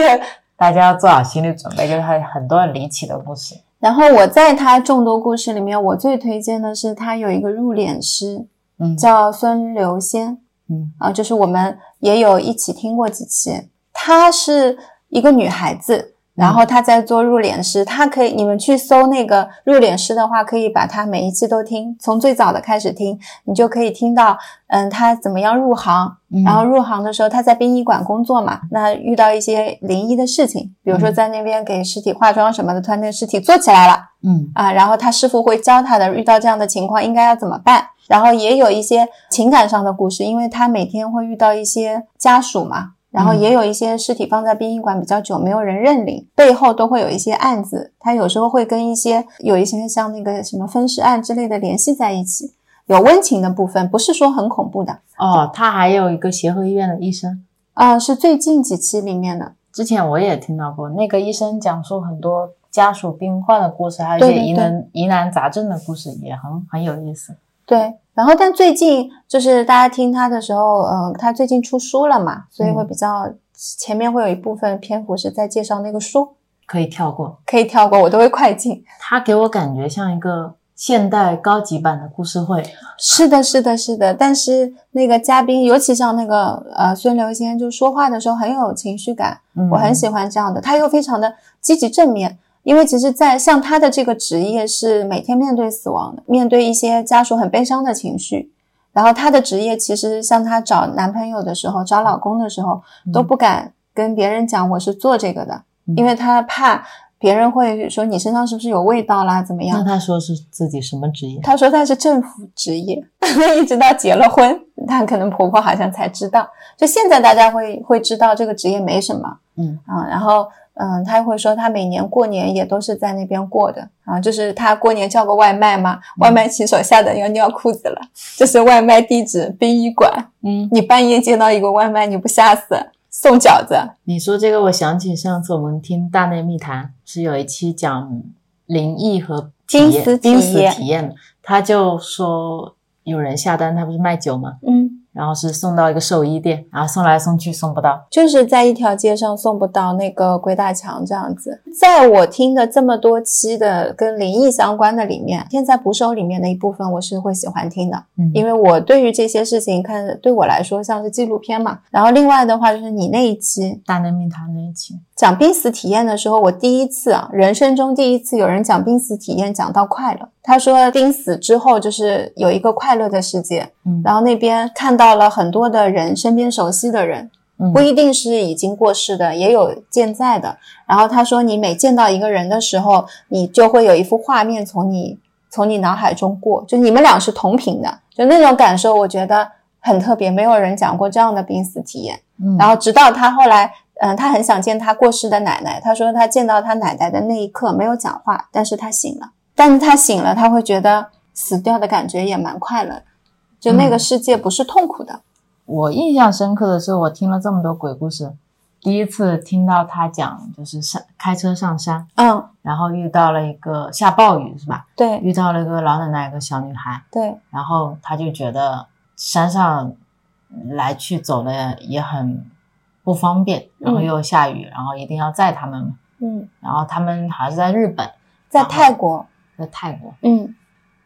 大家要做好心理准备，就是还有很多很离奇的故事。然后我在他众多故事里面，我最推荐的是他有一个入殓师嗯叫孙流仙嗯啊，就是我们也有一起听过几期。她是一个女孩子，然嗯后她在做入殓师，她可以你们去搜那个入殓师的话，可以把她每一期都听，从最早的开始听，你就可以听到嗯她怎么样入行，嗯然后入行的时候，他在殡仪馆工作嘛，那遇到一些灵异的事情，比如说嗯在那边给尸体化妆什么的，突然那个尸体做起来了嗯啊，然后他师傅会教他的，遇到这样的情况应该要怎么办。然后也有一些情感上的故事，因为他每天会遇到一些家属嘛，然后嗯也有一些尸体放在殡仪馆比较久，没有人认领，背后都会有一些案子，他有时候会跟一些有一些像那个什么分尸案之类的联系在一起，有温情的部分，不是说很恐怖的。哦，他还有一个协和医院的医生，啊，是最近几期里面的，之前我也听到过，那个医生讲述很多家属病患的故事，还有对一对些疑对难疑难杂症的故事，也很很有意思。对，然后但最近就是大家听他的时候，嗯、他最近出书了嘛，所以会嗯比较前面会有一部分篇幅是在介绍那个书，可以跳过，可以跳过，我都会快进。他给我感觉像一个现代高级版的故事会，是的，是的，是的。但是那个嘉宾，尤其像那个呃孙刘先生，就说话的时候很有情绪感，嗯我很喜欢这样的。他又非常的积极正面，因为其实在，像他的这个职业是每天面对死亡的，面对一些家属很悲伤的情绪。然后他的职业其实像他找男朋友的时候，找老公的时候，都不敢跟别人讲我是做这个的，嗯因为他怕别人会说你身上是不是有味道啦，怎么样那？他说是自己什么职业？她说她是政府职业， 一直到结了婚，她可能婆婆好像才知道。就现在大家会会知道这个职业没什么，嗯啊，然后嗯，她会说她每年过年也都是在那边过的啊，就是她过年叫个外卖嘛，外卖骑手吓得要尿裤子了，这是外卖地址殡仪馆，嗯，你半夜接到一个外卖，你不吓死？送饺子，你说这个，我想起上次我们听《大内密谈》是有一期讲灵异和体濒验死体濒死验体验的，他就说有人下单，他不是卖酒嘛，嗯，然后是送到一个寿衣店，然后送来送去送不到，就是在一条街上送不到那个鬼打墙这样子。在我听的这么多期的跟灵异相关的里面，现在捕手里面的一部分我是会喜欢听的，嗯因为我对于这些事情看对我来说像是纪录片嘛。然后另外的话就是你那一期大内密谈那一期，讲濒死体验的时候，我第一次啊，人生中第一次有人讲濒死体验讲到快乐。他说濒死之后就是有一个快乐的世界，嗯然后那边看到了很多的人，身边熟悉的人，嗯不一定是已经过世的，也有健在的。然后他说，你每见到一个人的时候，你就会有一幅画面从你从你脑海中过，就你们俩是同频的，就那种感受，我觉得很特别，没有人讲过这样的濒死体验。嗯然后直到他后来，嗯，他很想见他过世的奶奶。他说他见到他奶奶的那一刻没有讲话，但是他醒了。但是他醒了，他会觉得死掉的感觉也蛮快乐的，就那个嗯世界不是痛苦的。我印象深刻的是，我听了这么多鬼故事，第一次听到他讲，就是上开车上山，嗯，然后遇到了一个下暴雨是吧？对遇到了一个老奶奶，一个小女孩，对，然后他就觉得山上来去走的也很不方便，然后又下雨，然后一定要载他们嘛。嗯，然后他们好像是在日本，在然后泰国，在泰国，嗯，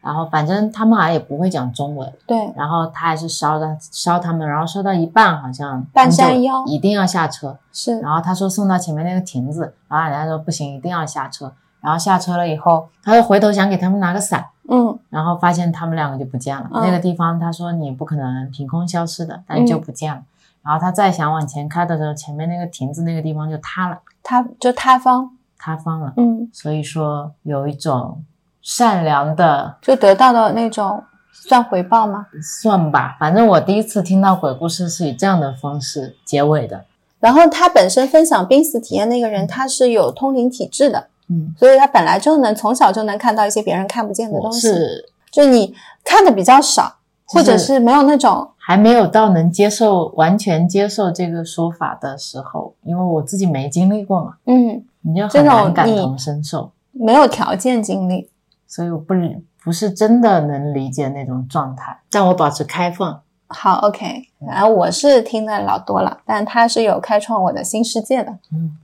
然后反正他们好像也不会讲中文，对，然后他还是烧的烧他们，然后烧到一半好像半他们就山腰一定要下车，是，然后他说送到前面那个亭子，然后人家说不行，一定要下车。然后下车了以后，他就回头想给他们拿个伞，嗯然后发现他们两个就不见了。嗯那个地方他说你不可能凭空消失的，但就不见了。然后他再想往前开的时候，前面那个亭子那个地方就塌了，塌就塌方，塌方了。嗯，所以说有一种善良的就得到的那种算回报吗？算吧，反正我第一次听到鬼故事是以这样的方式结尾的。然后他本身分享濒死体验那个人，他是有通灵体质的，嗯，所以他本来就能从小就能看到一些别人看不见的我东西。哦是就你看的比较少，就或是者是没有那种还没有到能接受完全接受这个说法的时候，因为我自己没经历过嘛，嗯你就这很难种感你同身受，没有条件经历。所以我不理不是真的能理解那种状态，但我保持开放。好，OK，然后我是听的老多了，但他是有开创我的新世界的。嗯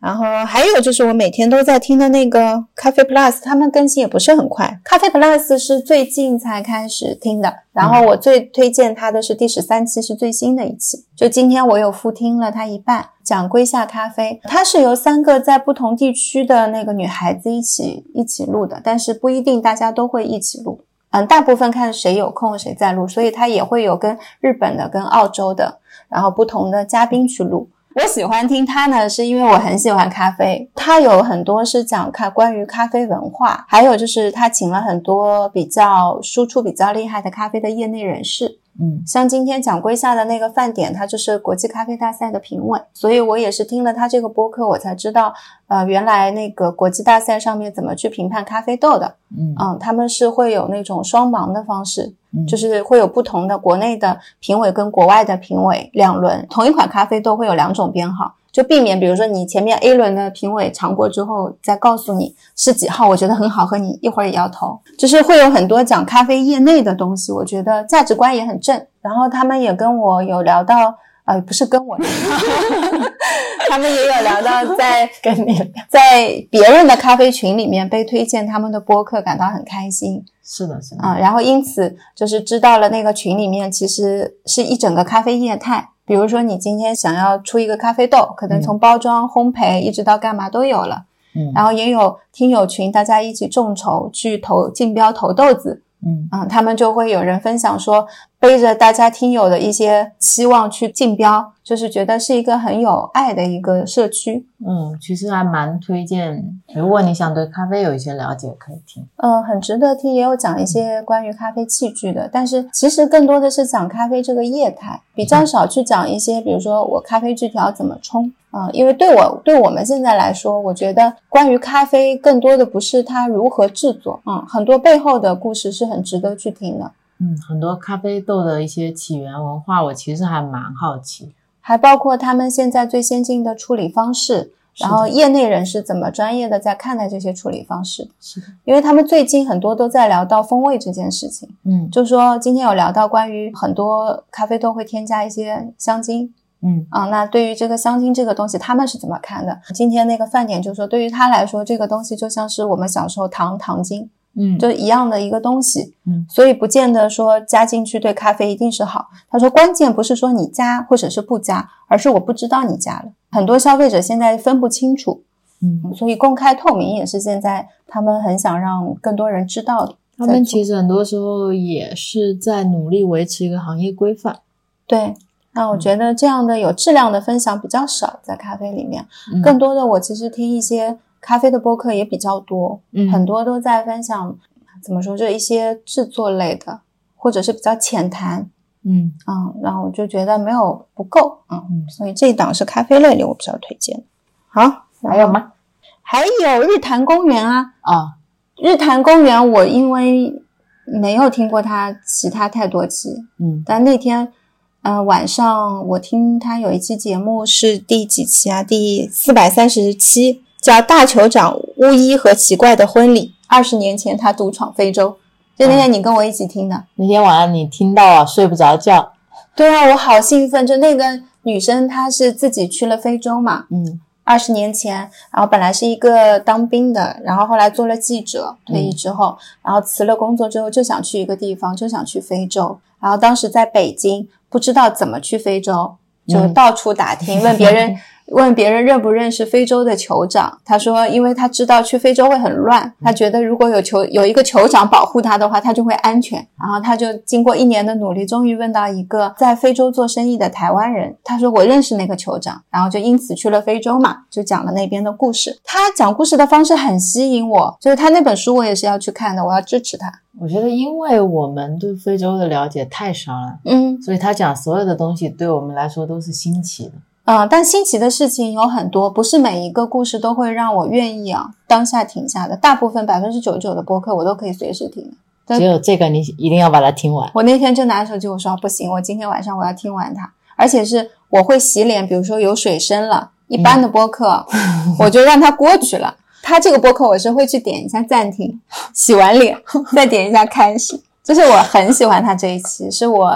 然后还有就是我每天都在听的那个咖啡 Plus，他们更新也不是很快。咖啡 Plus 是最近才开始听的，然后我最推荐它的是第十三期，是最新的一期。就今天我有复听了它一半，讲归夏咖啡，它是由三个在不同地区的那个女孩子一起一起录的，但是不一定大家都会一起录。嗯，大部分看谁有空谁在录，所以它也会有跟日本的、跟澳洲的，然后不同的嘉宾去录。我喜欢听他呢，是因为我很喜欢咖啡。他有很多是讲看关于咖啡文化，还有就是他请了很多比较输出比较厉害的咖啡的业内人士，嗯像今天讲归下的那个饭点，它就是国际咖啡大赛的评委，所以我也是听了他这个播客，我才知道，呃，原来那个国际大赛上面怎么去评判咖啡豆的。嗯嗯，他们是会有那种双盲的方式，嗯就是会有不同的国内的评委跟国外的评委两轮，同一款咖啡豆会有两种编号，就避免比如说你前面 A 轮的评委尝过之后再告诉你是几号，我觉得很好喝，你一会儿也要投，就是会有很多讲咖啡业内的东西，我觉得价值观也很正。然后他们也跟我有聊到。啊、也不是跟我聊， 他们也有聊到在跟你在别人的咖啡群里面被推荐他们的播客，感到很开心是的，是的，啊、然后因此就是知道了那个群里面其实是一整个咖啡业态。比如说，你今天想要出一个咖啡豆，可能从包装、烘焙一直到干嘛都有了。嗯然后也有听友群，大家一起众筹去投竞标投豆子，嗯嗯，他们就会有人分享说，背着大家听友的一些期望去竞标，就是觉得是一个很有爱的一个社区。嗯，其实还蛮推荐，如果你想对咖啡有一些了解，可以听。嗯，很值得听，也有嗯讲一些关于咖啡器具的，但是其实更多的是讲咖啡这个业态，比嗯较少去讲一些，比如说我咖啡锯条怎么冲啊、嗯因为对我对我们现在来说，我觉得关于咖啡更多的不是它如何制作，嗯，很多背后的故事是很值得去听的。嗯，很多咖啡豆的一些起源文化，我其实还蛮好奇。还包括他们现在最先进的处理方式，是的然后业内人士怎么专业的在看待这些处理方式，是的，因为他们最近很多都在聊到风味这件事情，嗯就说今天有聊到关于很多咖啡豆会添加一些香精嗯啊、那对于这个香精这个东西，他们是怎么看的？今天那个饭点就说，对于他来说，这个东西就像是我们小时候糖糖精，嗯，就一样的一个东西，嗯所以不见得说加进去对咖啡一定是好。他说，关键不是说你加或者是不加，而是我不知道你加了。很多消费者现在分不清楚，嗯，所以公开透明也是现在他们很想让更多人知道的。他在们做其实很多时候也是在努力维持一个行业规范。对，那嗯我觉得这样的有质量的分享比较少在咖啡里面，嗯更多的我其实听一些咖啡的播客也比较多，嗯很多都在分享怎么说，就一些制作类的，或者是比较浅谈。嗯嗯，然后我就觉得没有不够，嗯，嗯，所以这一档是咖啡类的，我比较推荐。好，还有吗？还有日坛公园啊，啊，日坛公园我因为没有听过它其他太多期，嗯但那天呃晚上我听它有一期节目是第几期啊？第四百三十七，叫《大酋长巫医和奇怪的婚礼》，二十年前他独闯非洲，就那天你跟我一起听的。那天晚上你听到啊，睡不着觉。对啊，我好兴奋！就那个女生，她是自己去了非洲嘛，嗯二十年前，然后本来是一个当兵的，然后后来做了记者，嗯退役之后，然后辞了工作之后就想去一个地方，就想去非洲。然后当时在北京，不知道怎么去非洲，就嗯到处打听，问别人问别人认不认识非洲的酋长。他说，因为他知道去非洲会很乱，他觉得如果有酋有一个酋长保护他的话，他就会安全。然后他就经过一年的努力，终于问到一个在非洲做生意的台湾人。他说我认识那个酋长，然后就因此去了非洲嘛，就讲了那边的故事。他讲故事的方式很吸引我，就是他那本书我也是要去看的，我要支持他。我觉得因为我们对非洲的了解太少了，嗯所以他讲所有的东西对我们来说都是新奇的。嗯，但新奇的事情有很多，不是每一个故事都会让我愿意啊当下停下的。大部分百分之九十九的播客我都可以随时听。对只有这个你一定要把它听完。我那天就拿手机，我说啊不行，我今天晚上我要听完它，而且是我会洗脸，比如说有水声了，一般的播客、我就让它过去了。它这个播客我是会去点一下暂停，洗完脸再点一下开始，就是我很喜欢它这一期，是我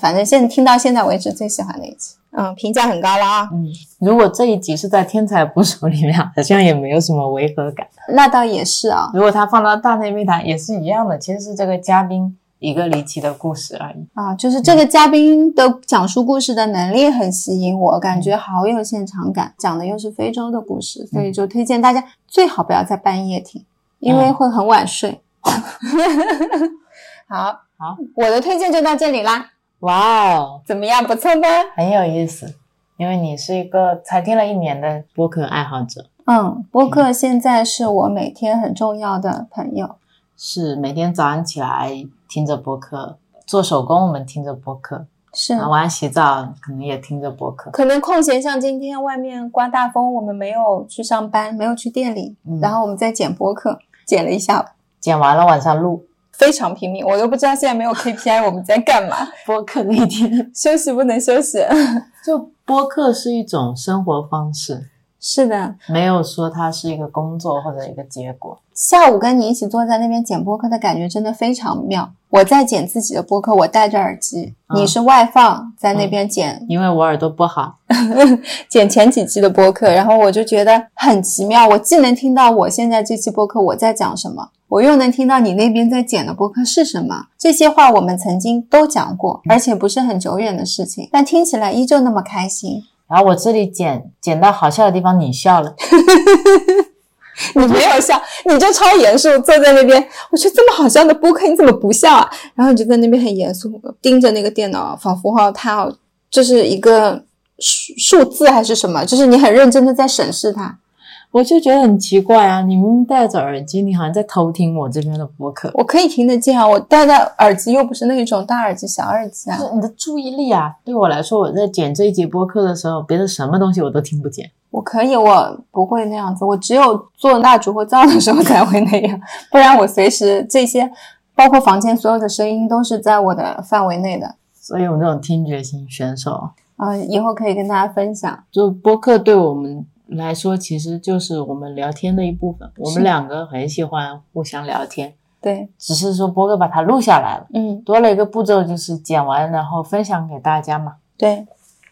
反正现听到现在为止最喜欢的一期，嗯，评价很高了啊。嗯，如果这一集是在天才捕手里面，好像也没有什么违和感。那倒也是啊，如果他放到大内密谈也是一样的，其实是这个嘉宾一个离奇的故事而已。啊，就是嗯这个嘉宾的讲述故事的能力很吸引我，嗯感觉好有现场感，讲的又是非洲的故事，所嗯以就推荐大家最好不要在半夜听，因嗯为会很晚 睡。好，好，我的推荐就到这里啦，哇哦，怎么样？不错吧？很有意思，因为你是一个才听了一年的播客爱好者，嗯，播客现在是我每天很重要的朋友。是每天早上起来听着播客，做手工我们听着播客，是，然后晚上洗澡可能也听着播客。可能空闲，像今天外面刮大风，我们没有去上班，没有去店里，嗯然后我们在剪播客，剪了一下午。剪完了晚上录非常拼命，我都不知道现在没有 KPI 我们在干嘛，播客那天，休息不能休息。就播客是一种生活方式， 是的，没有说它是一个工作或者一个结果。下午跟你一起坐在那边剪播客的感觉真的非常妙。我在剪自己的播客，我戴着耳机，嗯你是外放在那边剪、因为我耳朵不好，嗯剪前几期的播客，然后我就觉得很奇妙，我既能听到我现在这期播客我在讲什么，我又能听到你那边在剪的播客是什么。这些话我们曾经都讲过，而且不是很久远的事情，但听起来依旧那么开心。然后我这里剪剪到好笑的地方，你笑了。 你没有笑，你就超严肃坐在那边。我说这么好笑的播客，你怎么不笑啊？然后你就在那边很严肃盯着那个电脑，仿佛哈它哦就是一个数数字还是什么，就是你很认真的在审视它。我就觉得很奇怪啊，你明明戴着耳机，你好像在偷听我这边的播客，我可以听得见啊，我戴的耳机又不是那种大耳机、小耳机啊就。是你的注意力啊。对我来说，我在剪这一节播客的时候，别的什么东西我都听不见。我可以，我不会那样子，我只有做蜡烛或灶的时候 才会那样，不然我随时这些，包括房间所有的声音都是在我的范围内的。所以我们这种听觉型选手，嗯、以后可以跟大家分享。就播客对我们来说，其实就是我们聊天的一部分。我们两个很喜欢互相聊天，对，只是说播客把它录下来了，嗯，多了一个步骤，就是剪完然后分享给大家嘛。对，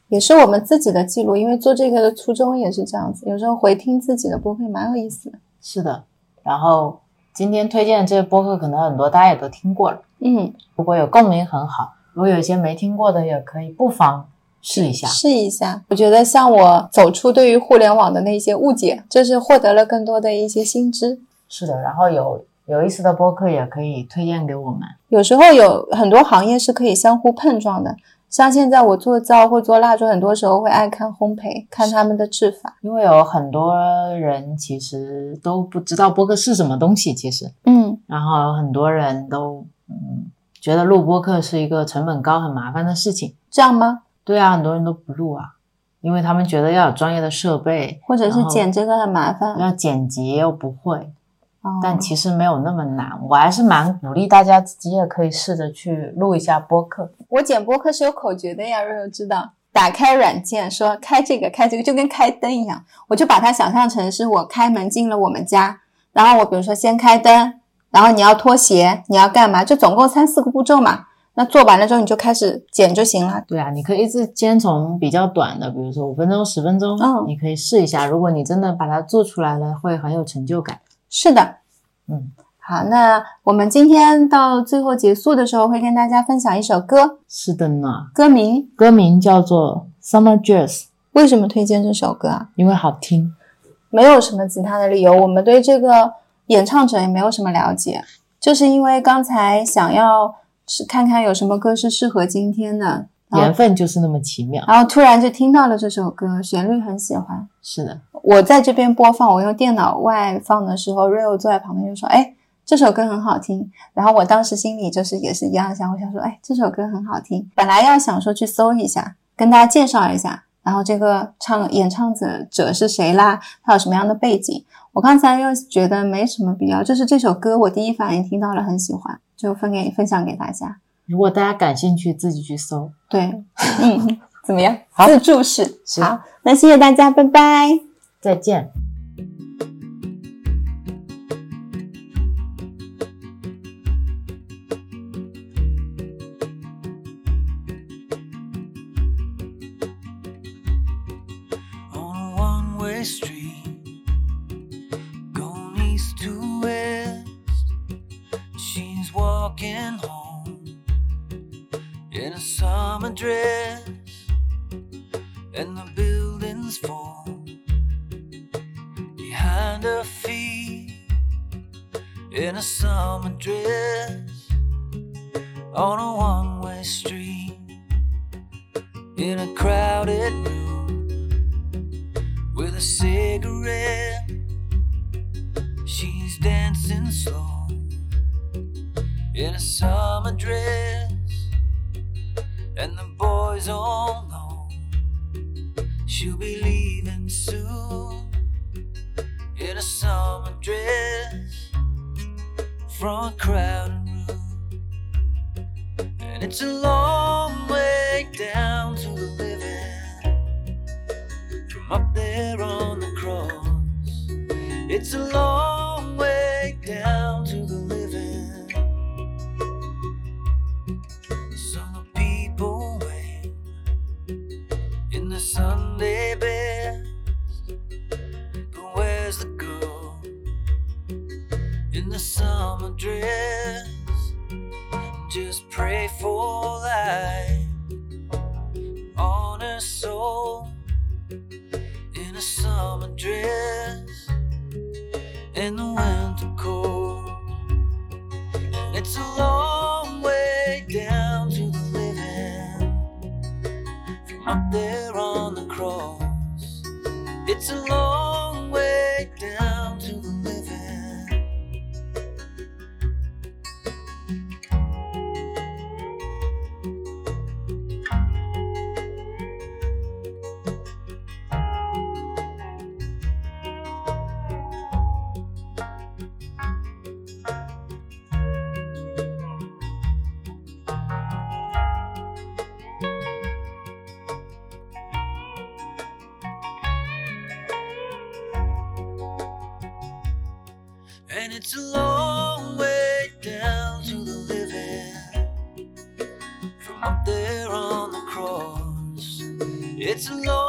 也是我们自己的记录，因为做这个的初衷也是这样子。有时候回听自己的播客蛮有意思的。是的，然后今天推荐的这个播客，可能很多大家也都听过了。嗯，如果有共鸣很好，如果有一些没听过的，也可以不妨试一下。试一下。我觉得像我走出对于互联网的那些误解，就是获得了更多的一些新知。是的，然后有有意思的播客也可以推荐给我们。有时候有很多行业是可以相互碰撞的，像现在我做皂或做蜡烛，很多时候会爱看烘焙，看他们的制法。因为有很多人其实都不知道播客是什么东西，其实，嗯，然后很多人都嗯觉得录播客是一个成本高、很麻烦的事情。这样吗？对啊，很多人都不录啊，因为他们觉得要有专业的设备，或者是然后剪这个很麻烦？要剪辑又不会，哦但其实没有那么难。我还是蛮鼓励大家自己也可以试着去录一下播客。我剪播客是有口诀的呀，肉肉知道。打开软件说开这个开这个，就跟开灯一样，我就把它想象成是我开门进了我们家，然后我比如说先开灯，然后你要脱鞋，你要干嘛，就总共三四个步骤嘛。那做完了之后你就开始剪就行了。对啊，你可以一直先从比较短的，比如说五分钟、十分钟，嗯你可以试一下。如果你真的把它做出来了，会很有成就感。是的，嗯，好，那我们今天到最后结束的时候会跟大家分享一首歌，是的呢，歌名歌名叫做《Summer Jazz》，为什么推荐这首歌啊？因为好听。没有什么其他的理由，我们对这个演唱者也没有什么了解，就是因为刚才想要是看看有什么歌是适合今天的，然缘后分就是那么奇妙。然后突然就听到了这首歌，旋律很喜欢。是的，我在这边播放，我用电脑外放的时候，Rio 坐在旁边就说：“哎，这首歌很好听。”然后我当时心里就是也是一样的想，我想说：“哎，这首歌很好听。”本来要想说去搜一下，跟大家介绍一下，然后这个唱演唱者者是谁啦，他有什么样的背景。我刚才又觉得没什么必要，就是这首歌我第一反应听到了很喜欢，就分给分享给大家。如果大家感兴趣，自己去搜。对，嗯，怎么样？好自助式。是好，那谢谢大家，拜拜。再见。 on a one way street, going east to west. She's walking home in a summer dress, and the buildings fall behind her feet in a summer dress on a one way street. In a crowded room, with a cigarette. She's dancing slow in a summer dress, and the boys all know she'll be leaving soon in a summer dress from a crowded room. And it's a long way down to the living from up there on the cross. It's a long way down to the living. So the people wait in the Sunday best. But where's the girl in the summer dress? Just pray for light on her soul in a summer dress in the winter cold. It's a long way down to the living from up there on the cross. It's a long way down to the living. And it's a long way down to the living. From up there on the cross, it's a long